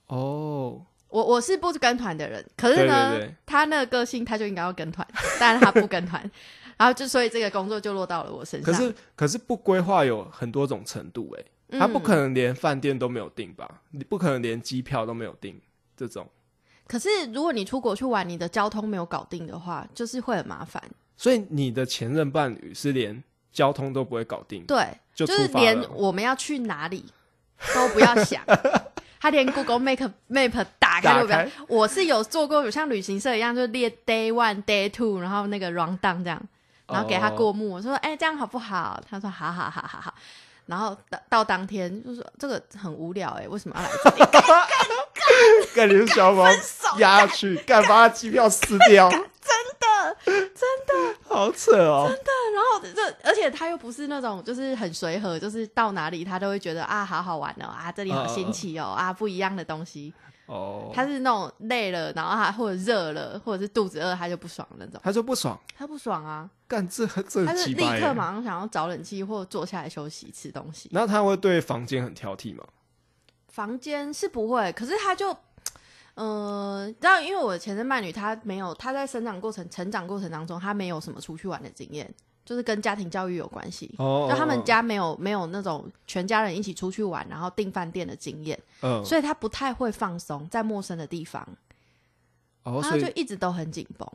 [SPEAKER 2] 哦，
[SPEAKER 1] 我我是不跟团的人，可是呢，
[SPEAKER 2] 对对对
[SPEAKER 1] 他那个个性他就应该要跟团， 但是他不跟团， 然后就所以这个工作就落到了我身
[SPEAKER 2] 可
[SPEAKER 1] 上。
[SPEAKER 2] 是可是不规划有很多种程度诶、
[SPEAKER 1] 嗯
[SPEAKER 2] 他不可能连饭店都没有订吧？你不可能连机票都没有订这种，
[SPEAKER 1] 可是如果你出国去玩，你的交通没有搞定的话，就是会很麻烦。
[SPEAKER 2] 所以你的前任伴侣是连交通都不会搞定，
[SPEAKER 1] 对，
[SPEAKER 2] 就
[SPEAKER 1] 就是
[SPEAKER 2] 出发
[SPEAKER 1] 连
[SPEAKER 2] 了。
[SPEAKER 1] 我们要去哪里都不要 想，他连 Google Map Map 打开都不
[SPEAKER 2] 打
[SPEAKER 1] 要
[SPEAKER 2] 开。
[SPEAKER 1] 我是有做过，有像旅行社一样，就列 Day One、Day Two，然后那个 round down 这样，然后给他
[SPEAKER 2] 哦
[SPEAKER 1] 过目。我说：“哎、这样好不好？”他说：“好好好好好。”然后到到当天就说这个很无聊哎、为什么要来这 里？
[SPEAKER 2] 干你是小毛
[SPEAKER 1] 手
[SPEAKER 2] 压去，干把他机票撕 掉，真的，真的，好扯哦！
[SPEAKER 1] 然后这而且他又不是那种就是很随和，就是到哪里他都会觉得啊好好玩哦啊这里好新奇哦啊不一样的东西。
[SPEAKER 2] 哦，
[SPEAKER 1] 他是那种累了，然后他或者热了，或者是肚子饿，他就不爽那种。
[SPEAKER 2] 他就不爽，
[SPEAKER 1] 他不爽啊，
[SPEAKER 2] 干这这
[SPEAKER 1] 他
[SPEAKER 2] 很
[SPEAKER 1] 是
[SPEAKER 2] 鸡
[SPEAKER 1] 立
[SPEAKER 2] 巴耶
[SPEAKER 1] 刻马上想要找冷气或坐下来休息吃东西。
[SPEAKER 2] 然后他会对房间很挑剔嘛？
[SPEAKER 1] 房间是不会，可是他就，呃，你知道，因为我前任伴侣他没有，他在生长过程、成长过程当中，他没有什么出去玩的经验，就是跟家庭教育有关系。
[SPEAKER 2] 哦，
[SPEAKER 1] 就他们
[SPEAKER 2] 哦，
[SPEAKER 1] 家没有没有那种全家人一起出去玩，然后订饭店的经验，
[SPEAKER 2] 嗯，
[SPEAKER 1] 所以他不太会放松在陌生的地方，
[SPEAKER 2] 哦，
[SPEAKER 1] 他
[SPEAKER 2] 所
[SPEAKER 1] 就
[SPEAKER 2] 以
[SPEAKER 1] 一直都很紧绷。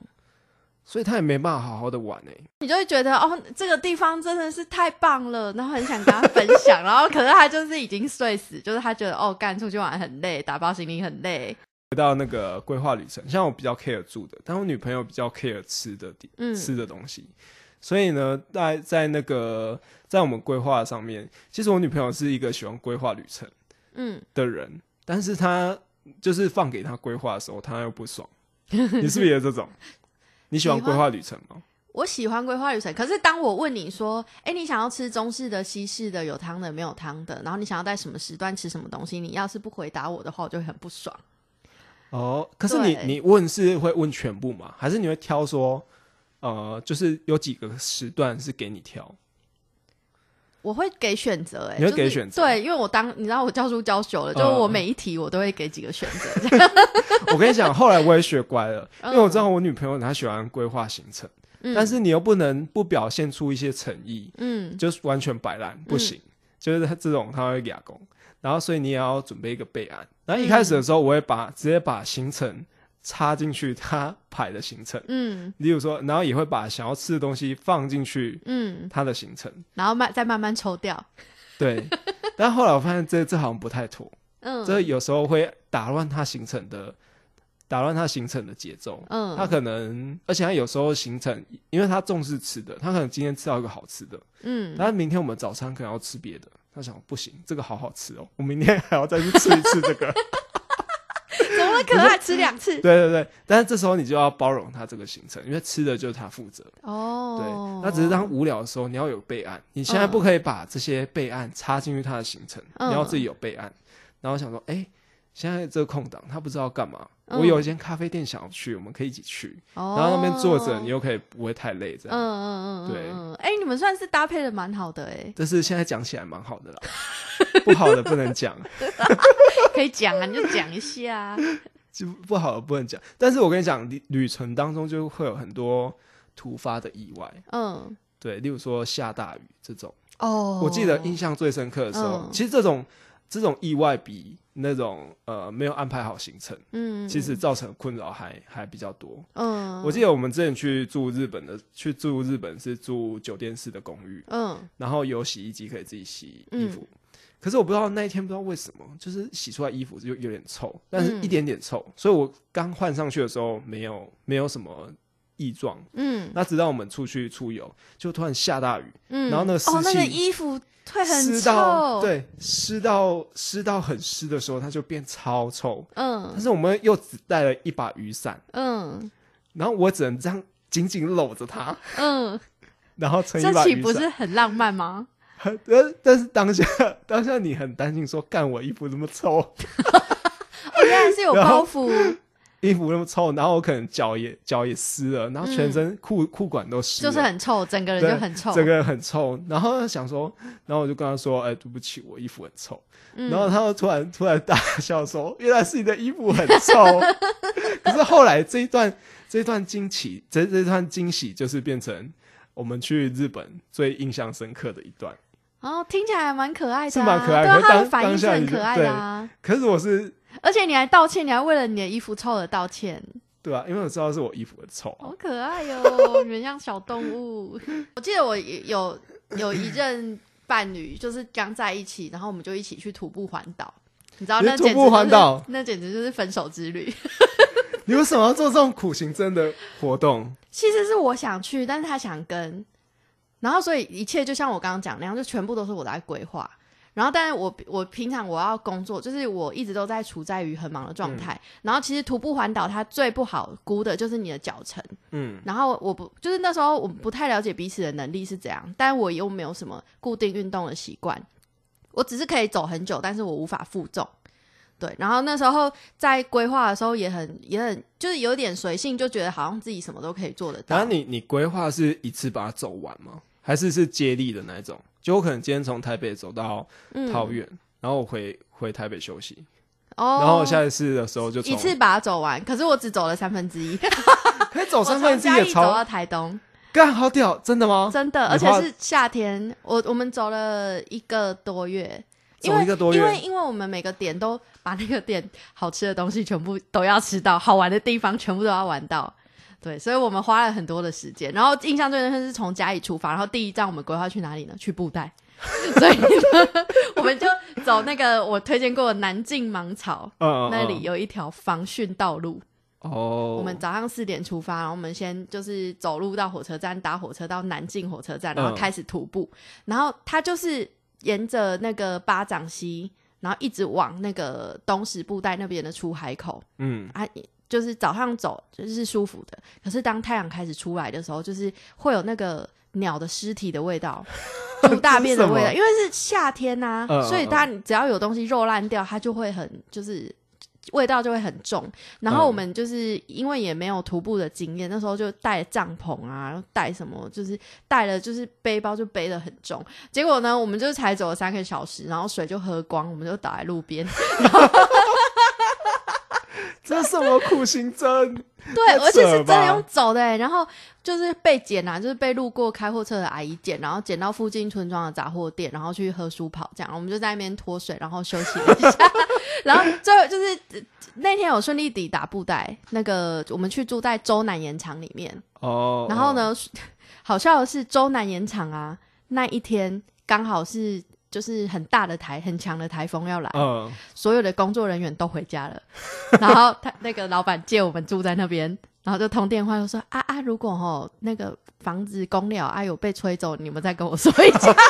[SPEAKER 2] 所以他也没办法好好的玩哎，
[SPEAKER 1] 你就会觉得哦，这个地方真的是太棒了，然后很想跟他分享，然后可是他就是已经睡死，就是他觉得哦，干出去玩很累，打包行李很累，
[SPEAKER 2] 回到那个规划旅程，像我比较 care 住的，但我女朋友比较 care 吃的地
[SPEAKER 1] 嗯
[SPEAKER 2] 吃的东西。所以呢，在在那个在我们规划上面，其实我女朋友是一个喜欢规划旅程
[SPEAKER 1] 嗯，
[SPEAKER 2] 的人，但是她就是放给她规划的时候，她又 不爽。你是不是也有这种？你喜欢规划旅程吗？
[SPEAKER 1] 我喜欢规划旅程，可是当我问你说，哎，你想要吃中式的、西式的，有汤的、没有汤的，然后你想要在什么时段吃什么东西，你要是不回答我的话，我就会很不爽。
[SPEAKER 2] 哦，可是你
[SPEAKER 1] 对
[SPEAKER 2] 你问是会问全部吗？还是你会挑说，呃，就是有几个时段是给你挑？
[SPEAKER 1] 我会给选择、哎，
[SPEAKER 2] 你会
[SPEAKER 1] 就是
[SPEAKER 2] 给选择
[SPEAKER 1] 对，因为我当你知道我教书教久了，就是
[SPEAKER 2] 嗯
[SPEAKER 1] 我每一题我都会给几个选择，这样
[SPEAKER 2] 我跟你讲，后来我也学乖了，因
[SPEAKER 1] 嗯
[SPEAKER 2] 为我知道我女朋友她喜欢规划行程，
[SPEAKER 1] 嗯
[SPEAKER 2] 但是你又不能不表现出一些诚意，
[SPEAKER 1] 嗯，
[SPEAKER 2] 就是完全摆烂不行。就是她这种她会哑公，然后所以你也要准备一个备案。然后一开始的时候，我会把、直接把行程插进去她排的行程，
[SPEAKER 1] 嗯
[SPEAKER 2] 例如说，然后也会把想要吃的东西放进去
[SPEAKER 1] 嗯，
[SPEAKER 2] 她的行程。
[SPEAKER 1] 然后慢再慢慢抽掉，
[SPEAKER 2] 对，但后来我发现这这好像不太妥，
[SPEAKER 1] 嗯，
[SPEAKER 2] 这有时候会打乱她行程的，打乱她行程的节奏。
[SPEAKER 1] 嗯，
[SPEAKER 2] 他可能，而且他有时候行程，因为他重视吃的，他可能今天吃到一个好吃的，
[SPEAKER 1] 嗯，
[SPEAKER 2] 但明天我们早餐可能要吃别的。他想不行，这个好好吃哦，我明天还要再去吃一次这 个。
[SPEAKER 1] 怎么可爱吃两次
[SPEAKER 2] 对？对对，但是这时候你就要包容他这个行程，因为吃的就是他负责。对，
[SPEAKER 1] 哦，
[SPEAKER 2] 那只是当无聊的时候，你要有备案。你现在不可以把这些备案插进去他的行程，
[SPEAKER 1] 嗯
[SPEAKER 2] 你要自己有备案。然后想说，哎、现在这个空档，他不知道干嘛。
[SPEAKER 1] 嗯
[SPEAKER 2] 我有一间咖啡店想要去，我们可以一起去。
[SPEAKER 1] 然
[SPEAKER 2] 然后那边坐着，你又可以不会太累，这样。
[SPEAKER 1] 哦嗯嗯嗯，
[SPEAKER 2] 对
[SPEAKER 1] 嗯，哎、你们算是搭配的蛮好的哎、
[SPEAKER 2] 但是现在讲起来蛮好的啦， 不好的不能讲，
[SPEAKER 1] 可以讲啊，你就讲一下、啊。
[SPEAKER 2] 就不好的不能讲。但是我跟你讲，旅旅程当中就会有很多突发的意外，
[SPEAKER 1] 嗯，
[SPEAKER 2] 对，例如说下大雨这种。
[SPEAKER 1] 哦，
[SPEAKER 2] 我记得印象最深刻的时候，
[SPEAKER 1] 嗯
[SPEAKER 2] 其实这种这种意外比那种呃没有安排好行程，
[SPEAKER 1] 嗯，
[SPEAKER 2] 其实造成困扰还还比较多。
[SPEAKER 1] 嗯，
[SPEAKER 2] 我记得我们之前去住日本的，去住日本是住酒店式的公寓，
[SPEAKER 1] 嗯
[SPEAKER 2] 然后有洗衣机可以自己洗衣
[SPEAKER 1] 嗯
[SPEAKER 2] 服。可是我不知道那一天不知道为什么，就是洗出来衣服就有点臭，但是
[SPEAKER 1] 嗯
[SPEAKER 2] 一点点臭，所以我刚换上去的时候没有没有什么异状。
[SPEAKER 1] 嗯
[SPEAKER 2] 那直到我们出去出游，就突然下大雨，
[SPEAKER 1] 嗯，
[SPEAKER 2] 然后那个湿
[SPEAKER 1] 哦，那个
[SPEAKER 2] 气
[SPEAKER 1] 衣服会很
[SPEAKER 2] 湿
[SPEAKER 1] 臭，
[SPEAKER 2] 到，对湿到湿到很湿的时候，它就变超臭。但
[SPEAKER 1] 嗯
[SPEAKER 2] 是我们又只带了一把雨伞，
[SPEAKER 1] 嗯
[SPEAKER 2] 然后我只能这样紧紧搂着它，
[SPEAKER 1] 嗯，
[SPEAKER 2] 然后撑一
[SPEAKER 1] 这
[SPEAKER 2] 把
[SPEAKER 1] 岂
[SPEAKER 2] 雨
[SPEAKER 1] 不
[SPEAKER 2] 伞。
[SPEAKER 1] 是很浪漫吗？
[SPEAKER 2] 但 但是当下当下你很担心说，干我衣服那么臭，
[SPEAKER 1] 哦，原来是有
[SPEAKER 2] 然后啊
[SPEAKER 1] 包 袱，
[SPEAKER 2] 衣服那么臭，然后我可能脚也脚也湿了，然后全身裤、裤管都湿
[SPEAKER 1] 嗯就
[SPEAKER 2] 了，
[SPEAKER 1] 是很臭，整个人
[SPEAKER 2] 对
[SPEAKER 1] 就很臭。
[SPEAKER 2] 整个人很臭。然后想说，然后我就跟他说：“哎、对不起，我衣服很臭。
[SPEAKER 1] 嗯
[SPEAKER 2] 然后他又突然突然大笑说：“原来是你的衣服很 臭。”可是后来这一段这一段惊奇，这这段惊喜就是变成我们去日本最印象深刻的一段。
[SPEAKER 1] 哦，听起来还蛮可爱的、啊，
[SPEAKER 2] 是蛮可爱
[SPEAKER 1] 对啊
[SPEAKER 2] 可是
[SPEAKER 1] 他的
[SPEAKER 2] 当
[SPEAKER 1] 反应
[SPEAKER 2] 当
[SPEAKER 1] 是
[SPEAKER 2] 下
[SPEAKER 1] 很
[SPEAKER 2] 你就
[SPEAKER 1] 可爱的啊。
[SPEAKER 2] 可是我是
[SPEAKER 1] 而且你还道歉，你还为了你的衣服臭而道歉，
[SPEAKER 2] 对啊，因为我知道是我衣服很臭啊、
[SPEAKER 1] 好可爱哟、哦！ 你们像小动 物。我记得我有有一任伴侣，就是刚在一起，然后我们就一起去徒步环岛。你知道
[SPEAKER 2] 你
[SPEAKER 1] 那
[SPEAKER 2] 是
[SPEAKER 1] 简直、就
[SPEAKER 2] 徒
[SPEAKER 1] 是、
[SPEAKER 2] 步环岛
[SPEAKER 1] 那简直就是分手之旅。
[SPEAKER 2] 你为什么要做这种苦行僧的活动？
[SPEAKER 1] 其实是我想去，但是他想跟，然后所以一切就像我刚刚讲那样，就全部都是我在规划。然后，但是我我平常我要工作，就是我一直都在处在于很忙的状态。然后，其实徒步环岛它最不好估的就是你的脚程。
[SPEAKER 2] 嗯，
[SPEAKER 1] 然后我不就是那时候我不太了解彼此的能力是怎样，但我又没有什么固定运动的习惯，我只是可以走很久，但是我无法负重。对，然后那时候在规划的时候也很也很就是有点随性，就觉得好像自己什么都可以做得
[SPEAKER 2] 然后
[SPEAKER 1] 到。
[SPEAKER 2] 你你规划是一次把它走完吗？还是是接力的那一种？就我可能今天从台北走到
[SPEAKER 1] 嗯
[SPEAKER 2] 桃园，然后我回回台北休息，
[SPEAKER 1] 哦，
[SPEAKER 2] 然后下一次的时候就从啊
[SPEAKER 1] 一次把它走完，可是我只走了三分之一，
[SPEAKER 2] 可以走
[SPEAKER 1] 我
[SPEAKER 2] 哦三分之一
[SPEAKER 1] 从嘉
[SPEAKER 2] 也
[SPEAKER 1] 义走
[SPEAKER 2] 超
[SPEAKER 1] 到台东，
[SPEAKER 2] 干好屌，真的吗？
[SPEAKER 1] 真的，
[SPEAKER 2] 哦你
[SPEAKER 1] 而且
[SPEAKER 2] 花
[SPEAKER 1] 是夏天，我我们走了一个多月。因
[SPEAKER 2] 走
[SPEAKER 1] 为
[SPEAKER 2] 一个多月
[SPEAKER 1] 因为因为我们每个点都把那个点好吃的东西全部都要吃到，好玩的地方全部都要玩到，对，所以我们花了很多的时间。然后印象最深刻是从家里出发，然后第一站我们规划去哪里呢？去布 袋，所以呢，我们就走那个我推荐过的南靖芒草，
[SPEAKER 2] 嗯嗯嗯
[SPEAKER 1] 那里有一条防汛道路，
[SPEAKER 2] 哦，
[SPEAKER 1] 我们早上四点出发，然后我们先就是走路到火车站，搭火车到南靖火车站，然后
[SPEAKER 2] 嗯
[SPEAKER 1] 开始徒步。然后它就是沿着那个巴掌溪，然后一直往那个东石布袋那边的出海口
[SPEAKER 2] 嗯
[SPEAKER 1] 啊，就是早上走就是舒服的，可是当太阳开始出来的时候，就是会有那个鸟的尸体的味道。 猪大便的味
[SPEAKER 2] 这
[SPEAKER 1] 道，
[SPEAKER 2] 是什么
[SPEAKER 1] 因为是夏天呐、
[SPEAKER 2] 嗯嗯
[SPEAKER 1] 所以它只要有东西肉烂掉，它就会很就是味道就会很重。然
[SPEAKER 2] 嗯
[SPEAKER 1] 后我们就是因为也没有徒步的经验，那时候就带帐篷啊，然后带什么，就是带了就是背包就背得很重。结果呢，我们就才走了三个小时，然后水就喝光，我们就倒在路边。
[SPEAKER 2] 这是什么苦行僧？
[SPEAKER 1] 对，
[SPEAKER 2] 太
[SPEAKER 1] 而且
[SPEAKER 2] 扯
[SPEAKER 1] 是
[SPEAKER 2] 了
[SPEAKER 1] 真的
[SPEAKER 2] 吧
[SPEAKER 1] 用走的欸、然后就是被捡啊，就是被路过开货车的阿姨捡，然后捡到附近村庄的杂货店，然后去喝书跑这样，我们就在那边脱水，然后休息了一 下，然后最后就是呃那天有顺利抵达布袋，那个我们去住在周南盐场里面，
[SPEAKER 2] 哦，
[SPEAKER 1] 然后呢，好笑的是周南盐场啊，那一天刚好是就是很大的台很强的台风要来，
[SPEAKER 2] 哦？
[SPEAKER 1] 所有的工作人员都回家了， 然后他那个老板借我们住在那边，然后就通电话就说啊啊，如果哦那个房子公了啊有被吹走，你们再跟我说一下。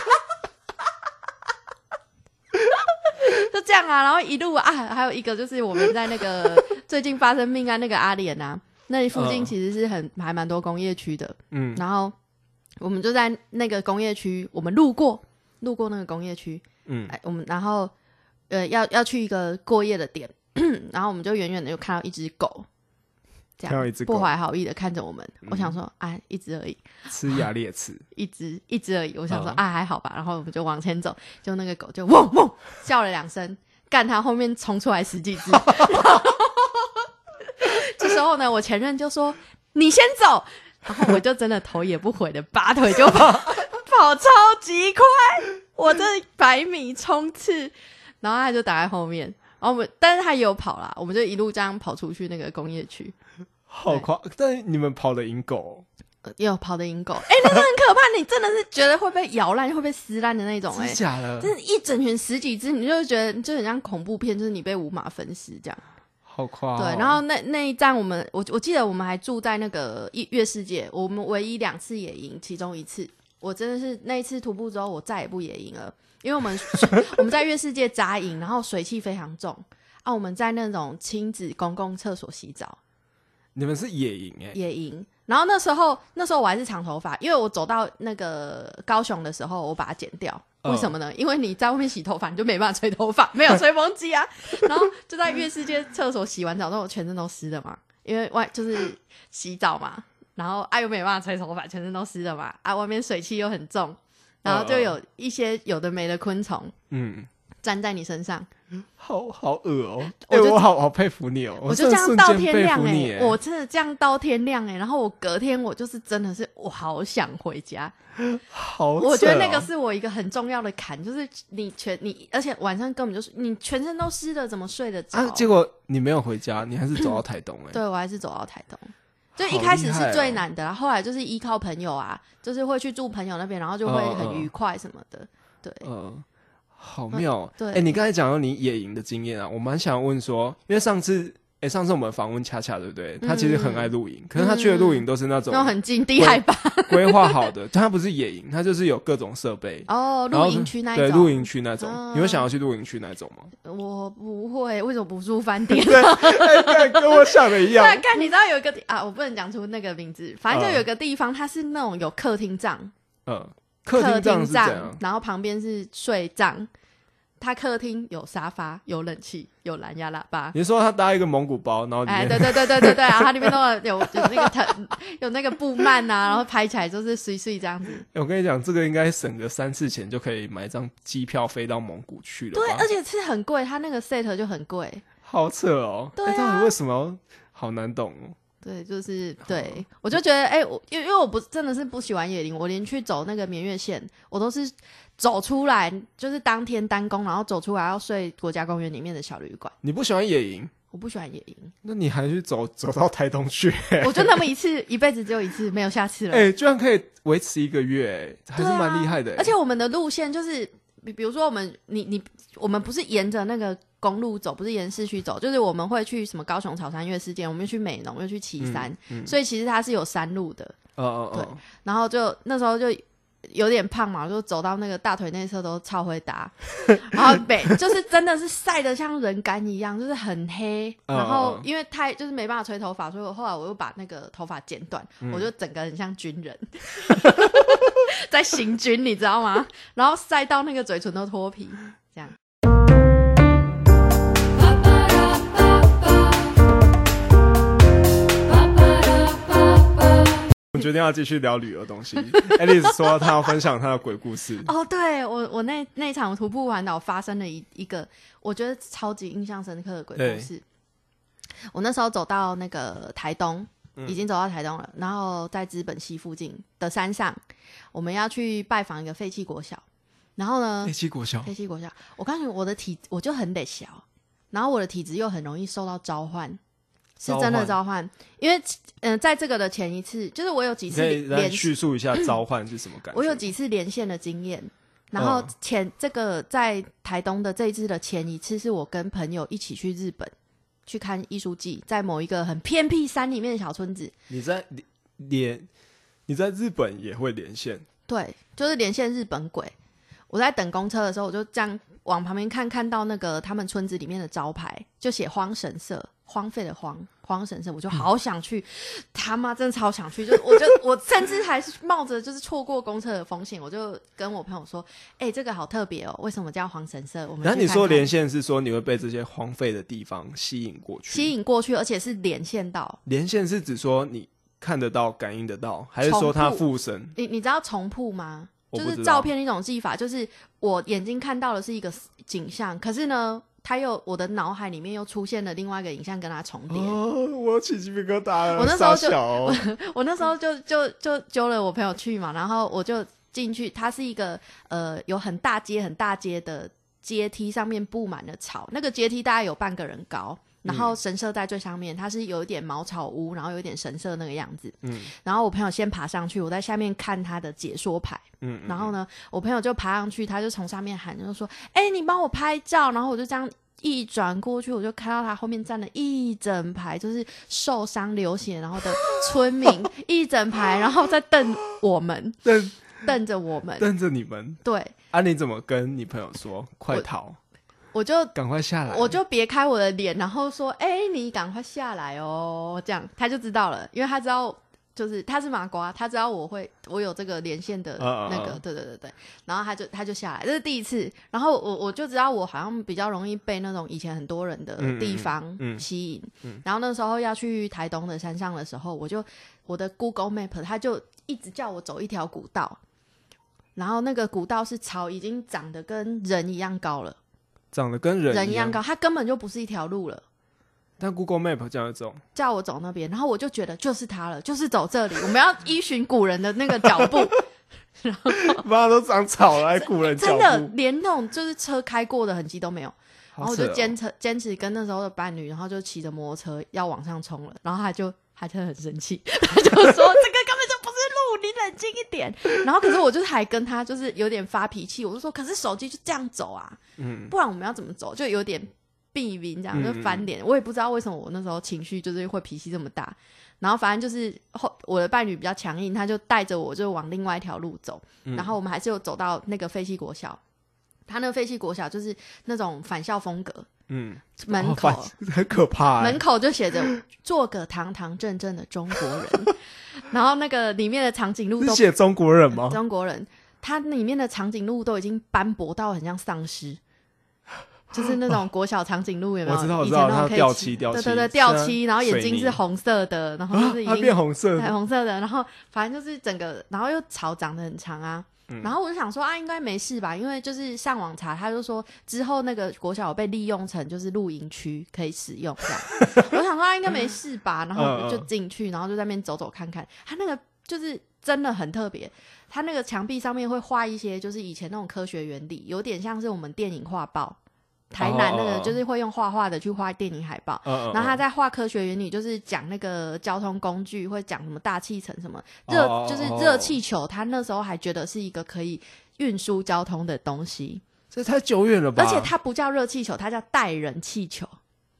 [SPEAKER 1] 就这样啊，然后一路啊，还有一个就是我们在那个最近发生命案那个阿莲啊，那里附近
[SPEAKER 2] 嗯
[SPEAKER 1] 其实是很还蛮多工业区的，
[SPEAKER 2] 嗯嗯
[SPEAKER 1] 然后我们就在那个工业区，我们路过路过那个工业区，
[SPEAKER 2] 嗯
[SPEAKER 1] 哎，我们然后呃要要去一个过夜的点， 然后我们就远远的就看到一只狗，这
[SPEAKER 2] 看到
[SPEAKER 1] 样
[SPEAKER 2] 一只
[SPEAKER 1] 不
[SPEAKER 2] 狗嗯
[SPEAKER 1] 怀好意的看着我们。我想说，哎，一只而已，
[SPEAKER 2] 吃牙裂齿，
[SPEAKER 1] 一只一只而已。我想说，
[SPEAKER 2] 嗯
[SPEAKER 1] 啊，还好吧。然后我们就往前走，就那个狗就汪汪叫了两声，干它后面冲出来十几只。然 后这时候呢，我前任就说：“你先走。”然后我就真的头也不回的拔腿就跑，跑超级快，我这百米冲刺，然后他就打在后面。然后我们，但是他也有跑啦，我们就一路这样跑出去那个工业区，
[SPEAKER 2] 好夸！但你们跑得赢狗，
[SPEAKER 1] 呃也有跑的赢狗，哎、那个很可怕，你真的是觉得会被咬烂、会被撕烂的那种、
[SPEAKER 2] 真
[SPEAKER 1] 哎，
[SPEAKER 2] 假的？
[SPEAKER 1] 真是一整群十几只，你就觉得就很像恐怖片，就是你被五马分尸这样。
[SPEAKER 2] 好夸哦！
[SPEAKER 1] 对，然后那那一站我们，我我记得我们还住在那个一月世界，我们唯一两次野营，其中一次我真的是那一次徒步之后，我再也不野营了，因为我们 我们在月世界扎营，然后水汽非常重啊，我们在那种亲子公共厕所洗澡
[SPEAKER 2] 你们是野营哎，
[SPEAKER 1] 野营。然后那时候，那时候我还是长头发，因为我走到那个高雄的时候，我把它剪掉。
[SPEAKER 2] 嗯
[SPEAKER 1] 为什么呢？因为你在外面洗头发，你就没办法吹头发，没有吹风机啊。 然后就在月世界厕所洗完澡之后，我全身都湿的嘛，因为外就是洗澡嘛，然后啊又没办法吹头发，全身都湿的嘛，啊外面水汽又很重，然后就有一些有的没的昆虫
[SPEAKER 2] 嗯，
[SPEAKER 1] 粘在你身上，
[SPEAKER 2] 好好恶哦！
[SPEAKER 1] 我
[SPEAKER 2] 哎，
[SPEAKER 1] 就
[SPEAKER 2] 我好好佩服你哦！
[SPEAKER 1] 我就
[SPEAKER 2] 真
[SPEAKER 1] 这
[SPEAKER 2] 的
[SPEAKER 1] 样
[SPEAKER 2] 瞬
[SPEAKER 1] 到
[SPEAKER 2] 间
[SPEAKER 1] 天
[SPEAKER 2] 佩
[SPEAKER 1] 亮
[SPEAKER 2] 服
[SPEAKER 1] 哎、
[SPEAKER 2] 你哎，
[SPEAKER 1] 我真的这样到天亮哎、然后我隔天我就是真的是我好想回家，
[SPEAKER 2] 好，哦啊
[SPEAKER 1] 我觉得那个。是我一个很重要的坎，就是你全你，而且晚上根本就是你全身都湿了，怎么睡得着？
[SPEAKER 2] 啊！结果你没有回家，你还是走到台东 哎、
[SPEAKER 1] 对我还是走到台东。就一
[SPEAKER 2] 好
[SPEAKER 1] 开始
[SPEAKER 2] 厉
[SPEAKER 1] 是
[SPEAKER 2] 害
[SPEAKER 1] 最
[SPEAKER 2] 哦
[SPEAKER 1] 难的，然后后来就是依靠朋友啊，就是会去住朋友那边，然后就会
[SPEAKER 2] 嗯
[SPEAKER 1] 很
[SPEAKER 2] 嗯
[SPEAKER 1] 愉快什么的。对，嗯
[SPEAKER 2] 嗯，好妙、哦
[SPEAKER 1] 对
[SPEAKER 2] 哎、你刚才讲到你野营的经验啊，我蛮想问说，因为上次哎、上次我们访问恰恰对不对？他其实很爱露营，可是他去的露营都是那种
[SPEAKER 1] 嗯 那种很近低海拔
[SPEAKER 2] 规划好的，他不是野营，他就是有各种设备，
[SPEAKER 1] 哦，
[SPEAKER 2] 然后
[SPEAKER 1] 露营区那一
[SPEAKER 2] 对
[SPEAKER 1] 种。
[SPEAKER 2] 露营区那种。
[SPEAKER 1] 嗯
[SPEAKER 2] 你会想要去露营区那种 吗？
[SPEAKER 1] 我不会，为什么不住 饭店？
[SPEAKER 2] 哎、干跟我想的一
[SPEAKER 1] 对
[SPEAKER 2] 样
[SPEAKER 1] 啊，。看你知道有一个地啊，我不能讲出那个名字，反正
[SPEAKER 2] 嗯
[SPEAKER 1] 就有一个地方，它是那种有客厅帐，
[SPEAKER 2] 嗯，客厅这样
[SPEAKER 1] 厅
[SPEAKER 2] 是怎样
[SPEAKER 1] 帐，？然后旁边是睡帐。它客厅有沙发，有冷气，有蓝牙喇叭。
[SPEAKER 2] 你是说他搭一个蒙古包，然后里
[SPEAKER 1] 哎，
[SPEAKER 2] 面、
[SPEAKER 1] 对对对对对对，然后它里面都有有有那个藤，有那个布幔啊，然后拍起来就是碎碎这样子。
[SPEAKER 2] 哎 我跟你讲，这个应该省个三次钱就可以买一张机票飞到蒙古去了吧。
[SPEAKER 1] 对，呃而且是很贵，它那个 set 就很贵。
[SPEAKER 2] 好扯哦。
[SPEAKER 1] 对
[SPEAKER 2] 哎
[SPEAKER 1] 啊
[SPEAKER 2] 到底为什么要好难懂哦？
[SPEAKER 1] 对，就是对，我就觉得，哎、我因为因为我不真的是不喜欢野林，我连去走那个绵月线，我都是走出来，就是当天单工，然后走出来要睡国家公园里面的小旅馆。
[SPEAKER 2] 你不喜欢野营，
[SPEAKER 1] 我不喜欢野营，
[SPEAKER 2] 那你还去走 走到台东去？
[SPEAKER 1] 我就那么一次，一辈子只有一次，没有下次了。
[SPEAKER 2] 哎、居然可以维持一个月、哎还是
[SPEAKER 1] 对啊
[SPEAKER 2] 蛮厉害的、哎
[SPEAKER 1] 而且我们的路线就是，比比如说我们你你我们不是沿着那个公路走，不是沿市区走，就是我们会去什么高雄草山月事件，我们去美浓，又去旗山，
[SPEAKER 2] 嗯嗯
[SPEAKER 1] 所以其实它是有山路的。
[SPEAKER 2] 哦哦
[SPEAKER 1] 对
[SPEAKER 2] 哦，
[SPEAKER 1] 然后就那时候就有点胖嘛，就走到那个大腿内侧都超会 打，然后每就是真的是晒得像人干一样，就是很黑。
[SPEAKER 2] 嗯
[SPEAKER 1] 然后
[SPEAKER 2] 嗯嗯
[SPEAKER 1] 因为太就是没办法吹头发，所以我后来我又把那个头发剪短，
[SPEAKER 2] 嗯
[SPEAKER 1] 我就整个很像军人， 在行军，你知道吗？然后晒到那个嘴唇都脱皮，这样。
[SPEAKER 2] 我决定要继续聊旅游东西。Alice 说她要分享她的鬼故 事，
[SPEAKER 1] 哦，对我我那那一场徒步环岛发生了一一个我觉得超级印象深刻的鬼
[SPEAKER 2] 对
[SPEAKER 1] 故事。我那时候走到那个台东，
[SPEAKER 2] 嗯
[SPEAKER 1] 已经走到台东了，然后在资本溪附近的山上，我们要去拜访一个废弃国小。然后呢
[SPEAKER 2] 哎，，七国小
[SPEAKER 1] 废弃国小，我告诉你，我的体我就很得小，然后我的体质又很容易受到召唤，是真的召唤。因为嗯、呃在这个的前一次，就是我有几
[SPEAKER 2] 你
[SPEAKER 1] 次
[SPEAKER 2] 可以来
[SPEAKER 1] 连续。
[SPEAKER 2] 叙述一下召唤是什么感觉？
[SPEAKER 1] 我有几次连线的经验，然后
[SPEAKER 2] 嗯
[SPEAKER 1] 前、这个在台东的这一次的前一次，是我跟朋友一起去日本去看艺术季，在某一个很偏僻山里面的小村子，
[SPEAKER 2] 你在连你在日本也会连线，
[SPEAKER 1] 对，就是连线日本鬼。我在等公车的时候，我就这样往旁边看，看到那个他们村子里面的招牌，就写“荒神社”，荒废的荒，荒神社，我
[SPEAKER 2] 嗯
[SPEAKER 1] 就好想去，他妈真的超想去，就我就我甚至还是冒着就是错过公车的风险，我就跟我朋友说：“哎、这个好特别哦，为什么叫荒神社？”我们
[SPEAKER 2] 然后
[SPEAKER 1] 去
[SPEAKER 2] 你
[SPEAKER 1] 看
[SPEAKER 2] 说
[SPEAKER 1] 看
[SPEAKER 2] 连线是说你会被这些荒废的地方吸引过去？
[SPEAKER 1] 吸引过去，而且是连线到
[SPEAKER 2] 连线是指说你看得到、感应得到，还是说它附身？
[SPEAKER 1] 你，你知道重铺吗？
[SPEAKER 2] 我
[SPEAKER 1] 就
[SPEAKER 2] 不
[SPEAKER 1] 是
[SPEAKER 2] 知
[SPEAKER 1] 照
[SPEAKER 2] 道。
[SPEAKER 1] 片的一种技法，就是我眼睛看到的是一个景象，可是呢，它又我的脑海里面又出现了另外一个影像跟它重叠。
[SPEAKER 2] 哦，我有起鸡皮疙瘩了。
[SPEAKER 1] 我那时候就
[SPEAKER 2] 傻小哦、
[SPEAKER 1] 我那时候就就就揪了我朋友去嘛，然后我就进去，它是一个呃有很大阶很大阶的阶梯，上面布满了草，那个阶梯大概有半个人高。
[SPEAKER 2] 嗯
[SPEAKER 1] 然后神社在最上面，它是有一点茅草屋，然后有一点神社那个样子。
[SPEAKER 2] 嗯
[SPEAKER 1] 然后我朋友先爬上去，我在下面看他的解说牌。
[SPEAKER 2] 嗯，嗯
[SPEAKER 1] 然后呢，我朋友就爬上去，他就从上面喊，就说：“哎、你帮我拍照。”然后我就这样一转过去，我就看到他后面站了一整排，就是受伤流血然后的村 民一整排，然后在瞪我们，
[SPEAKER 2] 瞪
[SPEAKER 1] 瞪着我们。
[SPEAKER 2] 瞪着你们
[SPEAKER 1] 对，
[SPEAKER 2] 啊！你怎么跟你朋友说？快逃，
[SPEAKER 1] 我就。
[SPEAKER 2] 赶快下来！
[SPEAKER 1] 呃我就别开我的脸，然后说：“哎、你赶快下来哦！”这样他就知道了，因为他知道就是他是麻瓜，他知道我会我有这个连线的
[SPEAKER 2] 嗯嗯
[SPEAKER 1] 那个，
[SPEAKER 2] 嗯
[SPEAKER 1] 对对对对。然后他就他就下来，这是第一次。然后我我就知道我好像比较容易被那种以前很多人的
[SPEAKER 2] 嗯嗯
[SPEAKER 1] 地方
[SPEAKER 2] 嗯
[SPEAKER 1] 吸引。然后那时候要去台东的山上的时候，我就我的 Google Map 它就一直叫我走一条古道。然后那个古道是草已经长得跟人一样高了，
[SPEAKER 2] 长得跟人
[SPEAKER 1] 人一
[SPEAKER 2] 样
[SPEAKER 1] 样，高，它根本就不是一条路了。
[SPEAKER 2] 但 Google Map 这样走，
[SPEAKER 1] 叫我走那边，然后我就觉得就是它了，就是走这里，我们要依循古人的那个脚 步，
[SPEAKER 2] 妈都长草了，还古人
[SPEAKER 1] 真
[SPEAKER 2] 脚
[SPEAKER 1] 的
[SPEAKER 2] 步，
[SPEAKER 1] 连那种就是车开过的痕迹都没有。然
[SPEAKER 2] 好
[SPEAKER 1] 后我
[SPEAKER 2] 扯
[SPEAKER 1] 就
[SPEAKER 2] 哦
[SPEAKER 1] 坚持坚持跟那时候的伴侣，然后就骑着摩托车要往上冲了，然后他就他就很生气， 他就说这个根本就不是路，你冷静一点。然后可是我就是还跟他就是有点发脾气，我就说可是手机就这样走啊，
[SPEAKER 2] 嗯，
[SPEAKER 1] 不然我们要怎么走？就有点避一避，这样
[SPEAKER 2] 嗯
[SPEAKER 1] 就翻脸。我也不知道为什么我那时候情绪就是会脾气这么大。然后反正就是后我的伴侣比较强硬，他就带着我就往另外一条路走。
[SPEAKER 2] 嗯
[SPEAKER 1] 然后我们还是有走到那个废弃国小，他那个废弃国小就是那种返校风格，
[SPEAKER 2] 嗯，
[SPEAKER 1] 门
[SPEAKER 2] 哦
[SPEAKER 1] 口、
[SPEAKER 2] 反很可怕、欸
[SPEAKER 1] 门，口就写着“做个堂堂正正的中国人”， 然后那个里面的长颈鹿
[SPEAKER 2] 是
[SPEAKER 1] 都
[SPEAKER 2] 写中国人吗？
[SPEAKER 1] 中国人，它里面的长颈鹿都已经斑驳到很像丧 尸，就是那种国小长颈鹿有没有？
[SPEAKER 2] 我知道，我
[SPEAKER 1] 以
[SPEAKER 2] 知
[SPEAKER 1] 前
[SPEAKER 2] 道，
[SPEAKER 1] 那
[SPEAKER 2] 它
[SPEAKER 1] 种可以
[SPEAKER 2] 掉
[SPEAKER 1] 骑
[SPEAKER 2] 漆，掉漆，
[SPEAKER 1] 对对对，掉
[SPEAKER 2] 是
[SPEAKER 1] 漆，
[SPEAKER 2] 啊
[SPEAKER 1] 然后眼
[SPEAKER 2] 水
[SPEAKER 1] 睛
[SPEAKER 2] 泥
[SPEAKER 1] 是红色的，然后
[SPEAKER 2] 啊
[SPEAKER 1] 就是已
[SPEAKER 2] 它
[SPEAKER 1] 经
[SPEAKER 2] 变红色
[SPEAKER 1] 彩
[SPEAKER 2] 的，
[SPEAKER 1] 虹色的，然后反正就是整个，然后又草长得很长啊。
[SPEAKER 2] 嗯
[SPEAKER 1] 然后我就想说啊，应该没事吧，因为就是上网查，他就说之后那个国小有被利用成就是露营区可以使用 这样。我想说啊，应该没事吧，然后我就
[SPEAKER 2] 嗯嗯
[SPEAKER 1] 进去，然后就在那边走走看看。他那个就是真的很特别，他那个墙壁上面会画一些就是以前那种科学原理，有点像是我们电影画报，台南那
[SPEAKER 2] 哦
[SPEAKER 1] 个
[SPEAKER 2] 哦哦
[SPEAKER 1] 就是会用画画的去画电影海报。
[SPEAKER 2] 嗯嗯
[SPEAKER 1] 然后他
[SPEAKER 2] 嗯
[SPEAKER 1] 在画科学原理，就是讲那个交通工具，会讲什么大气层什么热，
[SPEAKER 2] 哦
[SPEAKER 1] 就是热气球。他那时候还觉得是一个可以运输交通的东西，
[SPEAKER 2] 这太久远了吧？
[SPEAKER 1] 而且它不叫热气球，它叫带人气球。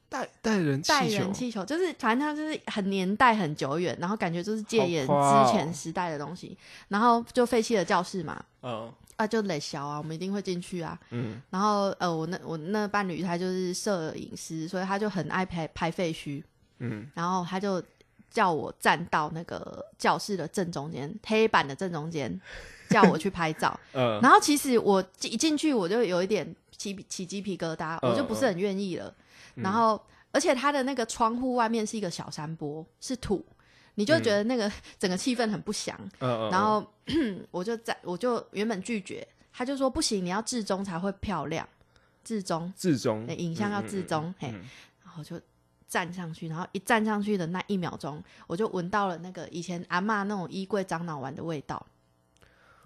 [SPEAKER 2] 带带人气球，
[SPEAKER 1] 带人气球就是，反正它就是很年代很久远，然后感觉就是戒严
[SPEAKER 2] 好夸哦
[SPEAKER 1] 之前时代的东西。然后就废弃了教室嘛，
[SPEAKER 2] 嗯
[SPEAKER 1] 啊，就垒小啊，我们一定会进去啊。
[SPEAKER 2] 嗯，
[SPEAKER 1] 然后呃，我那我那伴侣他就是摄影师，所以他就很爱拍拍废墟。
[SPEAKER 2] 嗯，
[SPEAKER 1] 然后他就叫我站到那个教室的正中间，黑板的正中 间，叫我去拍照。
[SPEAKER 2] 呃，
[SPEAKER 1] 然后其实我一进去我就有一点起起鸡皮疙瘩，
[SPEAKER 2] 嗯
[SPEAKER 1] 我就不是很愿意了。
[SPEAKER 2] 嗯
[SPEAKER 1] 然后而且他的那个窗户外面是一个小山坡，是土。你就觉得那个整个气氛很不祥，
[SPEAKER 2] 嗯，
[SPEAKER 1] 然后 我就在我就原本拒绝，他就说不行，你要至中才会漂亮，至中
[SPEAKER 2] 至中嗯
[SPEAKER 1] 对影像要至中，嘿，然后就站上去，然后一站上去的那一秒钟，我就闻到了那个以前阿嬷那种衣柜樟脑丸的味道。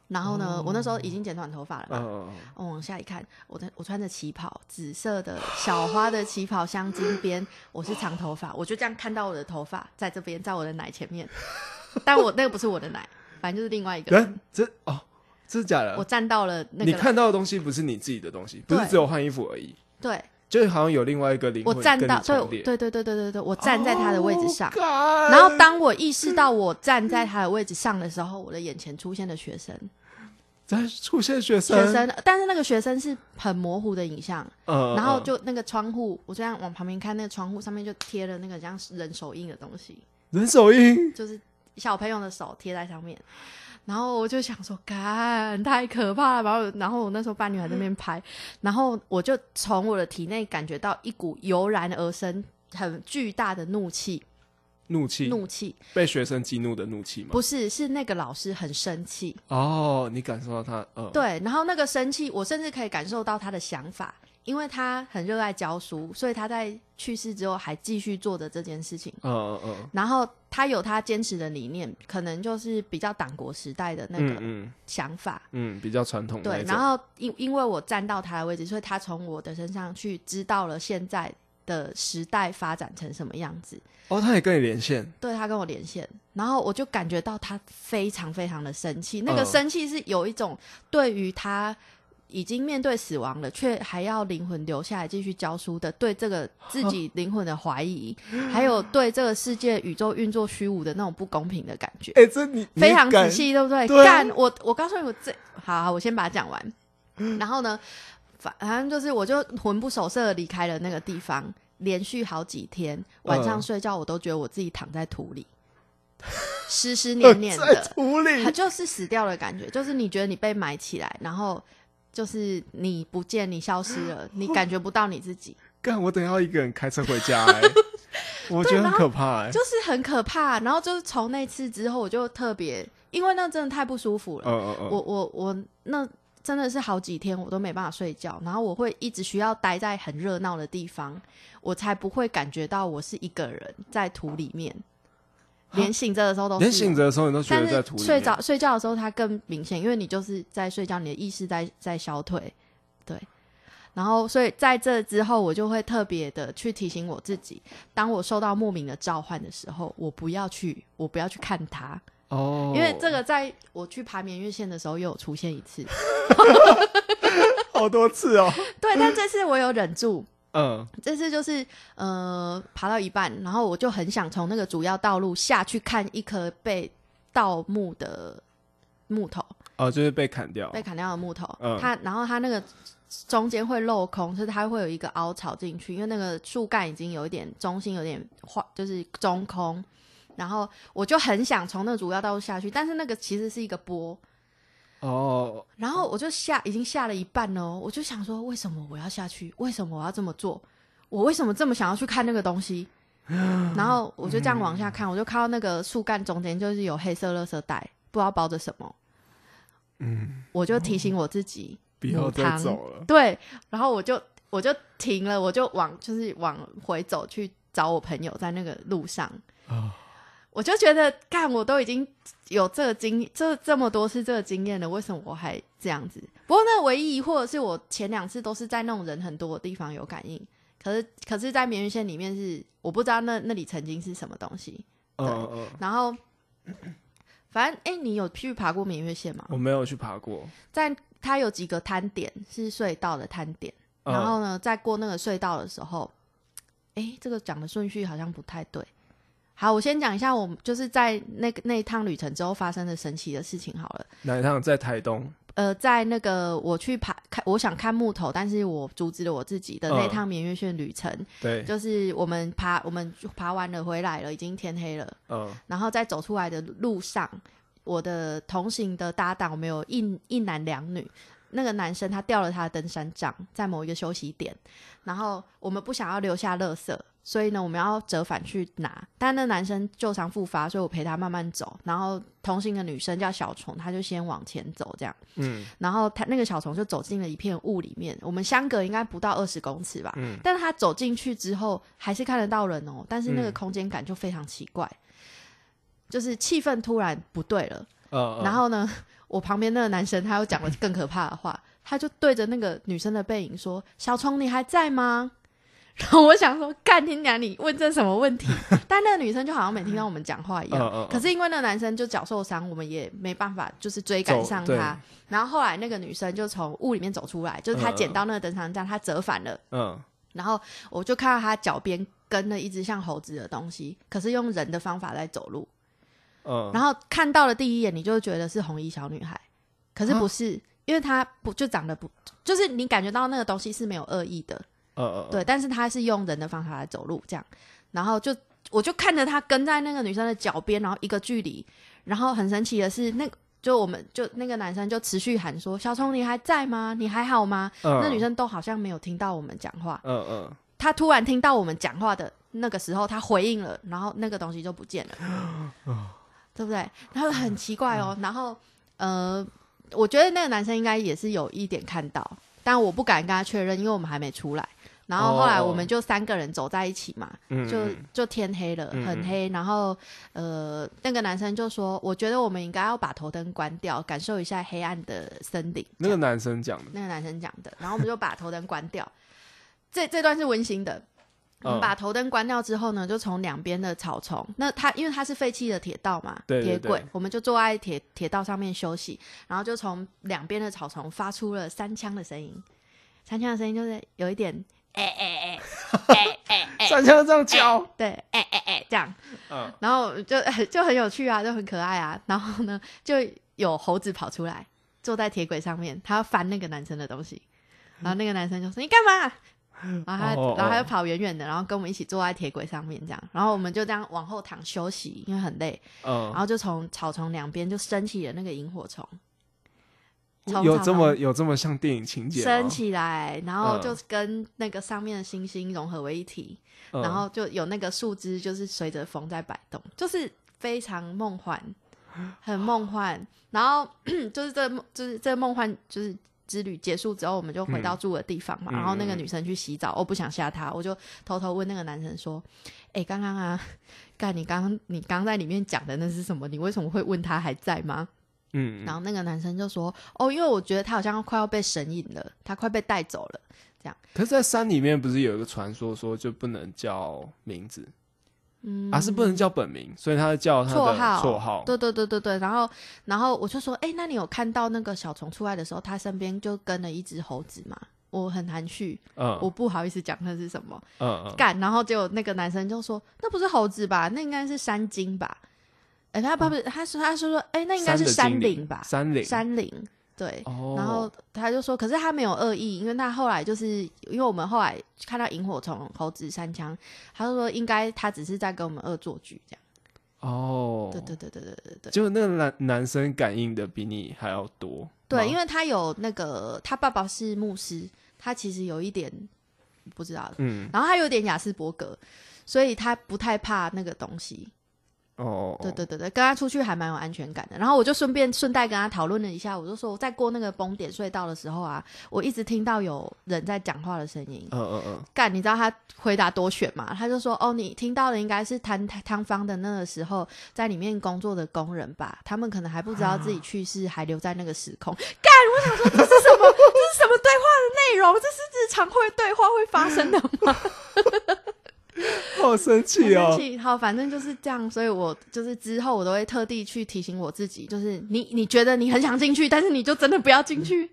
[SPEAKER 1] 然后
[SPEAKER 2] 哦
[SPEAKER 1] 呢，我那时候已经剪短头发了嘛，
[SPEAKER 2] 嗯
[SPEAKER 1] 我往下一看，我的我穿着旗袍，紫色的小花的旗袍镶金 边，我是长头发，我就这样看到我的头发在这边，在我的奶前面，但我那个不是我的奶，反正就是另外一个人，
[SPEAKER 2] 人这哦，真的假
[SPEAKER 1] 我
[SPEAKER 2] 的？
[SPEAKER 1] 站到了那
[SPEAKER 2] 你
[SPEAKER 1] 个
[SPEAKER 2] 看到的东西不是你自己的东西，不
[SPEAKER 1] 对
[SPEAKER 2] 是只有换衣服而已，
[SPEAKER 1] 对，
[SPEAKER 2] 就是好像有另外一个灵
[SPEAKER 1] 我
[SPEAKER 2] 魂
[SPEAKER 1] 站
[SPEAKER 2] 跟
[SPEAKER 1] 到
[SPEAKER 2] 你重
[SPEAKER 1] 对
[SPEAKER 2] 叠哦
[SPEAKER 1] 对对对对对对，我站在他的位置上。
[SPEAKER 2] Oh God
[SPEAKER 1] 然后当我意识到我站在他的位置上的时候，我的眼前出现了学生，
[SPEAKER 2] 在出现学生，
[SPEAKER 1] 学生，但是那个学生是很模糊的影像，
[SPEAKER 2] 嗯，嗯，
[SPEAKER 1] 然后就那个窗户，我这样往旁边看，那个窗户上面就贴了那个像人手印的东西，
[SPEAKER 2] 人手印，
[SPEAKER 1] 就是小朋友的手贴在上面。然后我就想说，干太可怕了吧！然后，然后我那时候伴侣还在那边拍，然后我就从我的体内感觉到一股油然而生、很巨大的怒气，
[SPEAKER 2] 怒气，
[SPEAKER 1] 怒气
[SPEAKER 2] 被学生激怒的怒气吗？
[SPEAKER 1] 不是是那个老师很生气，
[SPEAKER 2] 哦，你感受到他，嗯，
[SPEAKER 1] 对，然后那个生气，我甚至可以感受到他的想法，因为他很热爱教书，所以他在去世之后还继续做着这件事情。
[SPEAKER 2] 嗯，嗯嗯
[SPEAKER 1] 然后他有他坚持的理念，可能就是比较党国时代的那
[SPEAKER 2] 嗯
[SPEAKER 1] 个
[SPEAKER 2] 嗯
[SPEAKER 1] 想法。
[SPEAKER 2] 嗯，比较传统的那
[SPEAKER 1] 对，
[SPEAKER 2] 种，
[SPEAKER 1] 然后因因为我站到他的位置，所以他从我的身上去知道了现在的时代发展成什么样子。
[SPEAKER 2] 哦，他也跟你连线，
[SPEAKER 1] 对他跟我连线，然后我就感觉到他非常非常的生气，那个
[SPEAKER 2] 嗯
[SPEAKER 1] 生气是有一种对于他已经面对死亡了，却还要灵魂留下来继续教书的，对这个自己灵魂的怀疑，还有对这个世界宇宙运作虚无的那种不公平的感觉，
[SPEAKER 2] 哎，这你
[SPEAKER 1] 非常仔，
[SPEAKER 2] 你
[SPEAKER 1] 细，对不对？
[SPEAKER 2] 对啊
[SPEAKER 1] 干我，我告诉你，我这好好，我先把它讲完，然后呢，反反正就是我就魂不守舍的离开了那个地方。连续好几天晚上
[SPEAKER 2] 嗯
[SPEAKER 1] 睡觉，我都觉得我自己躺在土里，湿 湿
[SPEAKER 2] 敢
[SPEAKER 1] 黏黏
[SPEAKER 2] 呃在
[SPEAKER 1] 的，
[SPEAKER 2] 处理
[SPEAKER 1] 它，就是死掉的感觉，就是你觉得你被埋起来，然后就是你不见，你消失了，你感觉不到你自 己，
[SPEAKER 2] 干，我等一下要一个人开车回家， 哎我觉得很可怕，哎，
[SPEAKER 1] 就是很可怕。然后就是从那次之后，我就特别，因为那真的太不舒服了，
[SPEAKER 2] 嗯嗯嗯，
[SPEAKER 1] 我我我那真的是好几天我都没办法睡觉，然后我会一直需要待在很热闹的地方，我才不会感觉到我是一个人在土里面，连醒着的时候都是
[SPEAKER 2] 连醒着的时候你都觉
[SPEAKER 1] 但
[SPEAKER 2] 得在
[SPEAKER 1] 是
[SPEAKER 2] 土里面，
[SPEAKER 1] 睡着睡觉的时候，它更明显，因为你就是在睡觉，你的意识在在消退，对。然后，所以在这之后，我就会特别的去提醒我自己，当我受到莫名的召唤的时候，我不要去，我不要去看它，
[SPEAKER 2] 哦，
[SPEAKER 1] 因为这个在我去爬眠月线的时候又有出现一次。
[SPEAKER 2] 好多次哦，
[SPEAKER 1] 对，但这次我有忍住，
[SPEAKER 2] 嗯
[SPEAKER 1] 这次就是呃爬到一半，然后我就很想从那个主要道路下去看一颗被盗墓的木头，
[SPEAKER 2] 哦，就是被砍掉，
[SPEAKER 1] 被砍掉的木头。
[SPEAKER 2] 嗯
[SPEAKER 1] 它然后它那个中间会镂空，就是它会有一个凹槽进去，因为那个树干已经有一点中心有点化，就是中空。然后我就很想从那个主要道路下去，但是那个其实是一个坡，
[SPEAKER 2] 哦，
[SPEAKER 1] 然后我就下已经下了一半了哦，我就想说，为什么我要下去？为什么我要这么做？我为什么这么想要去看那个东西？然后我就这样往下看，我就看到那个树干中间就是有黑色垃圾袋，不知道包着什么。嗯，我就提醒我自己，
[SPEAKER 2] 不要
[SPEAKER 1] 母
[SPEAKER 2] 再
[SPEAKER 1] 汤
[SPEAKER 2] 走了，
[SPEAKER 1] 对，然后我就我就停了，我就往就是往回走去找我朋友，在那个路上，
[SPEAKER 2] 啊
[SPEAKER 1] 我就觉得，看我都已经有这个经这这么多次这个经验了，为什么我还这样子？不过那唯一疑惑的是，我前两次都是在那种人很多的地方有感应，可是可是，在绵云县里面是我不知道那那里曾经是什么东西。
[SPEAKER 2] 嗯嗯，
[SPEAKER 1] 然后，反正哎、你有去爬过绵云县吗？
[SPEAKER 2] 我没有去爬过，
[SPEAKER 1] 在它有几个摊点是隧道的摊点，
[SPEAKER 2] 嗯
[SPEAKER 1] 然后呢，在过那个隧道的时候，哎、这个讲的顺序好像不太对。好，我先讲一下我们就是在那个那一趟旅程之后发生的神奇的事情好了。
[SPEAKER 2] 哪一趟在台东？
[SPEAKER 1] 呃，在那个我去爬看，我想看木头，但是我阻止了我自己的那
[SPEAKER 2] 嗯
[SPEAKER 1] 趟绵月线旅程，
[SPEAKER 2] 对，
[SPEAKER 1] 就是我们爬我们爬完了回来了，已经天黑了，
[SPEAKER 2] 嗯
[SPEAKER 1] 然后在走出来的路上，我的同行的搭档，我们有一一男两女。那个男生他掉了他的登山杖，在某一个休息点，然后我们不想要留下垃圾，所以呢，我们要折返去拿。但那男生旧伤复发，所以我陪他慢慢走。然后同行的女生叫小虫，她就先往前走，这样。
[SPEAKER 2] 嗯
[SPEAKER 1] 然后他那个小虫就走进了一片雾里面，我们相隔应该不到二十公尺吧。
[SPEAKER 2] 嗯
[SPEAKER 1] 但是他走进去之后，还是看得到人哦，但是那个
[SPEAKER 2] 嗯
[SPEAKER 1] 空间感就非常奇怪，就是气氛突然不对了。
[SPEAKER 2] 嗯，
[SPEAKER 1] 然后呢， 我旁边那个男生他又讲了更可怕的话， 他就对着那个女生的背影说：“小虫，你还在吗？” 然后我想说，干你娘！你问这什么问题？ 但那个女生就好像没听到我们讲话一样。
[SPEAKER 2] 嗯嗯嗯
[SPEAKER 1] 可是因为那个男生就脚受伤，我们也没办法，就是追赶
[SPEAKER 2] 走
[SPEAKER 1] 上
[SPEAKER 2] 对
[SPEAKER 1] 他。然后后来那个女生就从雾里面走出来，就是她
[SPEAKER 2] 嗯嗯
[SPEAKER 1] 捡到那个登山杖，她折返了。
[SPEAKER 2] 嗯
[SPEAKER 1] 然后我就看到她脚边跟了一只像猴子的东西，可是用人的方法在走路。
[SPEAKER 2] 嗯，
[SPEAKER 1] 然后看到了第一眼，你就会觉得是红衣小女孩，可
[SPEAKER 2] 嗯
[SPEAKER 1] 是不是，因为她不就长得不，就是你感觉到那个东西是没有恶意的，
[SPEAKER 2] 嗯嗯，
[SPEAKER 1] 对，但是她是用人的方法来走路这样，然后就我就看着她跟在那个女生的脚边，然后一个距离，然后很神奇的是那。就我们就那个男生就持续喊说：“小虫，你还在吗？你还好吗？”
[SPEAKER 2] 嗯
[SPEAKER 1] 那女，生都好像没有听到我们讲话。
[SPEAKER 2] 嗯嗯，
[SPEAKER 1] 她突然听到我们讲话的那个时候，她回应了，然后那个东西就不见了，
[SPEAKER 2] 哦
[SPEAKER 1] 对不对？然后很奇怪
[SPEAKER 2] 嗯
[SPEAKER 1] 哦。然后呃，我觉得那个男生应该也是有一点看到，但我不敢跟他确认，因为我们还没出来。然后后来
[SPEAKER 2] 哦
[SPEAKER 1] 我们就三个人走在一起嘛，
[SPEAKER 2] 嗯
[SPEAKER 1] 就
[SPEAKER 2] 嗯
[SPEAKER 1] 就天黑了，
[SPEAKER 2] 嗯
[SPEAKER 1] 很黑。然后呃，那个男生就说：“我觉得我们应该要把头灯关掉，感受一下黑暗的森林。”
[SPEAKER 2] 那个男生讲的，
[SPEAKER 1] 那个男生讲的，然后我们就把头灯关掉。这这段是温馨的。我们
[SPEAKER 2] 嗯
[SPEAKER 1] 把头灯关掉之后呢，就从两边的草丛，那它因为它是废弃的铁道嘛，
[SPEAKER 2] 对对
[SPEAKER 1] 铁轨
[SPEAKER 2] 对，
[SPEAKER 1] 我们就坐在铁铁道上面休息，然后就从两边的草丛发出了三枪的声音，三枪的声音就是有一点哎
[SPEAKER 2] 三枪这样叫，
[SPEAKER 1] 对，哎哎哎这样，
[SPEAKER 2] 嗯
[SPEAKER 1] 然后就就很有趣啊，就很可爱啊，然后呢就有猴子跑出来，坐在铁轨上面，他要翻那个男生的东西，然后那个男生就说你干嘛？然后他，
[SPEAKER 2] 哦哦
[SPEAKER 1] 然后他就跑远远的，然后跟我们一起坐在铁轨上面这样，然后我们就这样往后躺休息，因为很累，然
[SPEAKER 2] 嗯，
[SPEAKER 1] 后就从草丛两边就升起了那个萤火虫，从
[SPEAKER 2] 哦有
[SPEAKER 1] 草
[SPEAKER 2] 这
[SPEAKER 1] 丛
[SPEAKER 2] 么有这么像电影情节吗
[SPEAKER 1] 升起来，然后
[SPEAKER 2] 嗯
[SPEAKER 1] 就跟那个上面的星星融合为一体，
[SPEAKER 2] 嗯
[SPEAKER 1] 然后就有那个树枝，就是随着风在摆动，就是非常梦幻，很梦幻。然后 就是这梦，就是这梦幻，就是之旅结束之后，我们就回到住的地方嘛。
[SPEAKER 2] 嗯
[SPEAKER 1] 然后那个女生去洗澡，我不想吓她，我就偷偷问那个男生说：“哎、刚刚啊， 干你刚刚你刚在里面讲的那是什么？你为什么会问他还在吗？”
[SPEAKER 2] 嗯，
[SPEAKER 1] 然后那个男生就说：“哦，因为我觉得他好像快要被神隐了，他快被带走了。”
[SPEAKER 2] 可是，在山里面不是有一个传说说就不能叫名字，
[SPEAKER 1] 嗯，
[SPEAKER 2] 啊是不能叫本名，所以他叫他的
[SPEAKER 1] 绰号，
[SPEAKER 2] 绰号，
[SPEAKER 1] 对对对对对。然后，然后我就说，哎、那你有看到那个小虫出来的时候，它身边就跟了一只猴子吗？我很含蓄，
[SPEAKER 2] 嗯
[SPEAKER 1] 我不好意思讲那是什么
[SPEAKER 2] 嗯嗯，
[SPEAKER 1] 干，然后结果那个男生就说那不是猴子吧，那应该是山精吧。哎、他不不是，他说他说说，哎、那应该是
[SPEAKER 2] 哦山
[SPEAKER 1] 山
[SPEAKER 2] 的精
[SPEAKER 1] 灵吧，
[SPEAKER 2] 山林，
[SPEAKER 1] 山灵，对。
[SPEAKER 2] 哦，
[SPEAKER 1] 然后他就说，可是他没有恶意，因为他后来就是因为我们后来看到萤火虫、猴子、山枪，他就说应该他只是在跟我们恶作剧这样。
[SPEAKER 2] 哦，
[SPEAKER 1] 对对对对对对对
[SPEAKER 2] 就那个男男生感应的比你还要多吗，
[SPEAKER 1] 对，因为他有那个他爸爸是牧师，他其实有一点不知道，
[SPEAKER 2] 嗯
[SPEAKER 1] 然后他有点雅斯伯格，所以他不太怕那个东西。
[SPEAKER 2] 哦，
[SPEAKER 1] 对对对对，跟他出去还蛮有安全感的。然后我就顺便顺带跟他讨论了一下，我就说我在过那个崩点隧道的时候啊，我一直听到有人在讲话的声音。
[SPEAKER 2] 嗯嗯嗯，
[SPEAKER 1] 干，你知道他回答多选吗？他就说：“哦，你听到的应该是摊摊方的那个时候在里面工作的工人吧？他们可能还不知道自己
[SPEAKER 2] 啊
[SPEAKER 1] 去世，还留在那个时空。”干，我想说这是什么？这是什么对话的内容？这是日常会对话会发生的吗？
[SPEAKER 2] 好生气
[SPEAKER 1] 很生
[SPEAKER 2] 哦，
[SPEAKER 1] 气好，反正就是这样，所以我就是之后我都会特地去提醒我自己，就是你你觉得你很想进去，但是你就真的不要进去。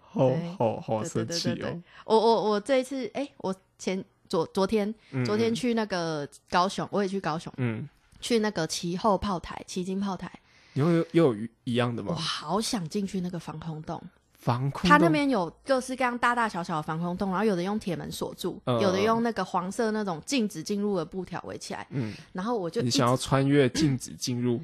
[SPEAKER 2] 好
[SPEAKER 1] 对
[SPEAKER 2] 好好
[SPEAKER 1] 对对
[SPEAKER 2] 生
[SPEAKER 1] 对
[SPEAKER 2] 气
[SPEAKER 1] 对对
[SPEAKER 2] 哦，，
[SPEAKER 1] 我我我这一次，哎、我前昨昨天
[SPEAKER 2] 嗯
[SPEAKER 1] 昨天，去那个高雄，我也去高雄，
[SPEAKER 2] 嗯，
[SPEAKER 1] 去那个其后炮台、旗津炮台，
[SPEAKER 2] 你会有又有一样的
[SPEAKER 1] 我
[SPEAKER 2] 吗？
[SPEAKER 1] 好想进去那个防空洞。
[SPEAKER 2] 防空洞，
[SPEAKER 1] 它那边有各式各样大大小小的防空洞，然后有的用铁门锁住，
[SPEAKER 2] 嗯
[SPEAKER 1] 有的用那个黄色那种禁止进入的布条围起来。
[SPEAKER 2] 嗯，
[SPEAKER 1] 然后我就一
[SPEAKER 2] 你
[SPEAKER 1] 直
[SPEAKER 2] 想要穿越禁止 进入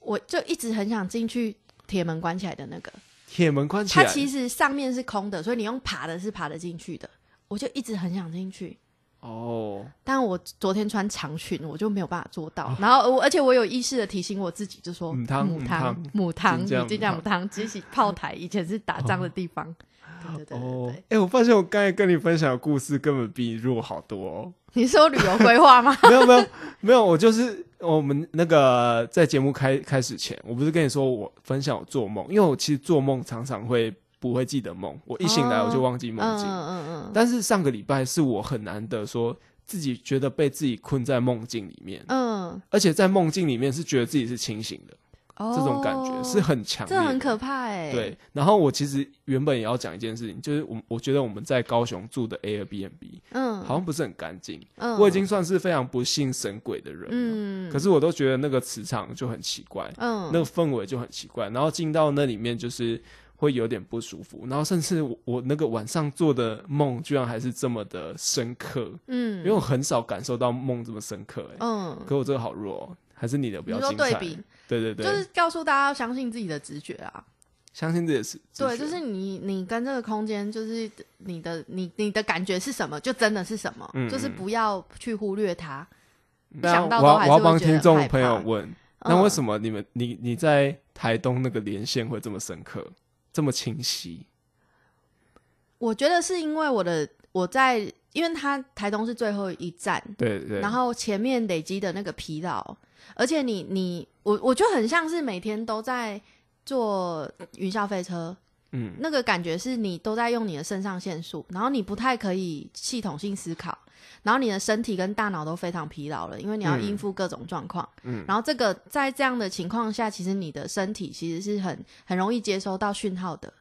[SPEAKER 1] 我就一直很想进去铁门关起来的那个，
[SPEAKER 2] 铁门关起
[SPEAKER 1] 它
[SPEAKER 2] 来，
[SPEAKER 1] 其实上面是空的，所以你用爬的是爬得进去的。我就一直很想进去，
[SPEAKER 2] 哦，
[SPEAKER 1] 但我昨天穿长裙，我就没有办法做到。然后我而且我有意识的提醒我自己，就说
[SPEAKER 2] 母哦嗯汤
[SPEAKER 1] 母
[SPEAKER 2] 母
[SPEAKER 1] 汤
[SPEAKER 2] 汤
[SPEAKER 1] 母汤，
[SPEAKER 2] 金匠
[SPEAKER 1] 你金匠
[SPEAKER 2] 母
[SPEAKER 1] 母汤，即起炮台以前是打仗的地方。对对对对
[SPEAKER 2] 哦
[SPEAKER 1] 对，，
[SPEAKER 2] 哎，我发现我刚才跟你分享的故事根本比你弱好多哦。
[SPEAKER 1] 你是有旅游规划吗？
[SPEAKER 2] 没有没有没有，我就是我们那个在节目开开始前，我不是跟你说我分享我做梦，因为我其实做梦常常会不会记得梦，我 一醒来我就忘记
[SPEAKER 1] 嗯
[SPEAKER 2] 梦境。
[SPEAKER 1] 嗯嗯嗯
[SPEAKER 2] 但是上个礼拜是我很难得说自己觉得被自己困在梦境里面，
[SPEAKER 1] 嗯，
[SPEAKER 2] 而且在梦境里面是觉得自己是清醒的，
[SPEAKER 1] 哦
[SPEAKER 2] 这种感觉是很强烈
[SPEAKER 1] 这
[SPEAKER 2] 的，
[SPEAKER 1] 很可怕哎。
[SPEAKER 2] 对，，然后我其实原本也要讲一件事情，就是我我觉得我们在高雄住的 Airbnb
[SPEAKER 1] 嗯，
[SPEAKER 2] 好，像不是很干净，
[SPEAKER 1] 嗯，
[SPEAKER 2] 我已经算是非常不信神鬼的人了。
[SPEAKER 1] 嗯，
[SPEAKER 2] 可是我都觉得那个磁场就很奇怪，
[SPEAKER 1] 嗯
[SPEAKER 2] 那个氛围就很奇怪，然后进到那里面就是会有点不舒服，然后甚至我我那个晚上做的梦居然还是这么的深刻，
[SPEAKER 1] 嗯，
[SPEAKER 2] 因为我很少感受到梦这么深刻、欸，
[SPEAKER 1] 嗯，
[SPEAKER 2] 可我这个好弱、哦，还是你的比较
[SPEAKER 1] 你说
[SPEAKER 2] 精彩，
[SPEAKER 1] 对比
[SPEAKER 2] 对对对，
[SPEAKER 1] 就是告诉大家要相信自己的直觉啊。
[SPEAKER 2] 相信这也是
[SPEAKER 1] 对，就是你你跟这个空间，就是你的你你的感觉是什么，就真的是什么，
[SPEAKER 2] 嗯
[SPEAKER 1] 就是不要去忽略它。
[SPEAKER 2] 那
[SPEAKER 1] 想
[SPEAKER 2] 我
[SPEAKER 1] 到
[SPEAKER 2] 要
[SPEAKER 1] 都还
[SPEAKER 2] 我
[SPEAKER 1] 是
[SPEAKER 2] 要
[SPEAKER 1] 会
[SPEAKER 2] 帮
[SPEAKER 1] 觉得
[SPEAKER 2] 听众
[SPEAKER 1] 害
[SPEAKER 2] 朋友
[SPEAKER 1] 怕嗯
[SPEAKER 2] 问，那为
[SPEAKER 1] 么？
[SPEAKER 2] 什么你们你你在台东那个连线会这么深刻，这么清晰？
[SPEAKER 1] 呃我觉得是因为我的我在，因为它台东是最后一站，
[SPEAKER 2] 对对
[SPEAKER 1] 嗯
[SPEAKER 2] 对，
[SPEAKER 1] 然后前面累积的那个疲劳，而且你你我我就很像是每天都在坐云霄飞车，
[SPEAKER 2] 嗯
[SPEAKER 1] 那个感觉是你都在用你的肾上腺素，然后你不太可以系统性思考，然后你的身体跟大脑都非常疲劳了，因为你要
[SPEAKER 2] 嗯
[SPEAKER 1] 应付各种状况。
[SPEAKER 2] 嗯
[SPEAKER 1] 然后这个在这样的情况下，其实你的身体其实是很很容易接收到讯号的。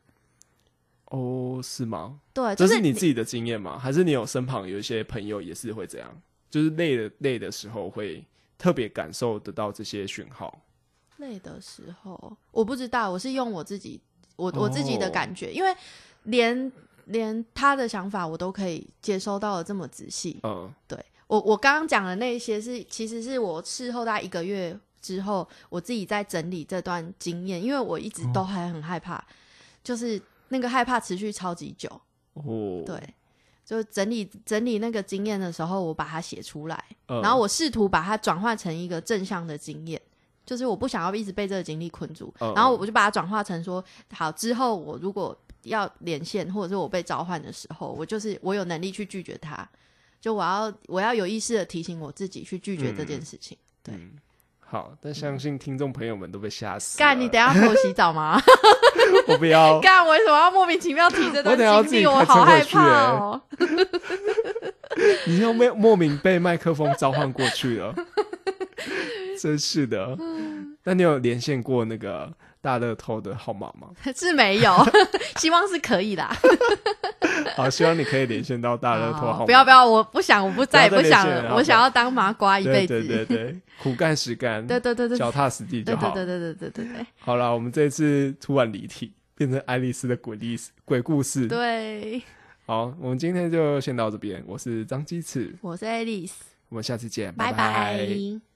[SPEAKER 2] 哦是吗？
[SPEAKER 1] 对，
[SPEAKER 2] 这
[SPEAKER 1] 就是
[SPEAKER 2] 你
[SPEAKER 1] 你
[SPEAKER 2] 自己的经验吗？还是你有身旁有一些朋友也是会这样，就是累的累的时候会特别感受得到这些讯号？
[SPEAKER 1] 累的时候，我不知道，我是用我自己我我自己的
[SPEAKER 2] 哦
[SPEAKER 1] 感觉，因为连连他的想法我都可以接收到的这么仔细。
[SPEAKER 2] 嗯
[SPEAKER 1] 对我我刚刚讲的那一些是，其实是我事后大概一个月之后，我自己在整理这段经验，因为我一直
[SPEAKER 2] 哦
[SPEAKER 1] 都还很害怕，就是那个害怕持续超级久。
[SPEAKER 2] 哦，
[SPEAKER 1] 对，就整理整理那个经验的时候，我把它写出来，
[SPEAKER 2] 嗯，
[SPEAKER 1] 然后我试图把它转化成一个正向的经验。就是我不想要一直被这个经历困住，
[SPEAKER 2] 嗯
[SPEAKER 1] 然后我就把它转化成说，好，之后我如果要连线，或者是我被召唤的时候，我就是我有能力去拒绝它，就我要我要有意识的提醒我自己去拒绝这件事情。对
[SPEAKER 2] 嗯好，但相信听众朋友们都被吓死了。
[SPEAKER 1] 干，你等一下陪我洗澡吗？
[SPEAKER 2] 我不要，
[SPEAKER 1] 干，我为什么要莫名其妙提这
[SPEAKER 2] 我
[SPEAKER 1] 段
[SPEAKER 2] 等一下要自
[SPEAKER 1] 经
[SPEAKER 2] 己
[SPEAKER 1] 历？我
[SPEAKER 2] 开车
[SPEAKER 1] 好害
[SPEAKER 2] 回去
[SPEAKER 1] 怕哦。
[SPEAKER 2] 你又被莫名被麦克风召唤过去了，真是的。
[SPEAKER 1] 嗯
[SPEAKER 2] 那你有连线过那个大乐透的号码吗？
[SPEAKER 1] 是没有，希望是可以啦。
[SPEAKER 2] 好，希望你可以连线到大乐透，好吗
[SPEAKER 1] 不要不要，我不想，我不再也
[SPEAKER 2] 不要再
[SPEAKER 1] 想
[SPEAKER 2] 连线了好
[SPEAKER 1] 了，
[SPEAKER 2] 不好
[SPEAKER 1] 我想要当麻瓜一辈
[SPEAKER 2] 对
[SPEAKER 1] 子。
[SPEAKER 2] 对对对，苦干实干，
[SPEAKER 1] 对对对对对
[SPEAKER 2] 脚踏实地就
[SPEAKER 1] 对对
[SPEAKER 2] 好。
[SPEAKER 1] 对对对对对对
[SPEAKER 2] 好了，我们这一次突然离题，变成爱丽丝的鬼历史鬼故
[SPEAKER 1] 嗯
[SPEAKER 2] 事。
[SPEAKER 1] 对，
[SPEAKER 2] 好，我们今天就先到这边。我是张鸡翅，
[SPEAKER 1] 我是 Alice，
[SPEAKER 2] 我们下次见，
[SPEAKER 1] 拜
[SPEAKER 2] 拜
[SPEAKER 1] 拜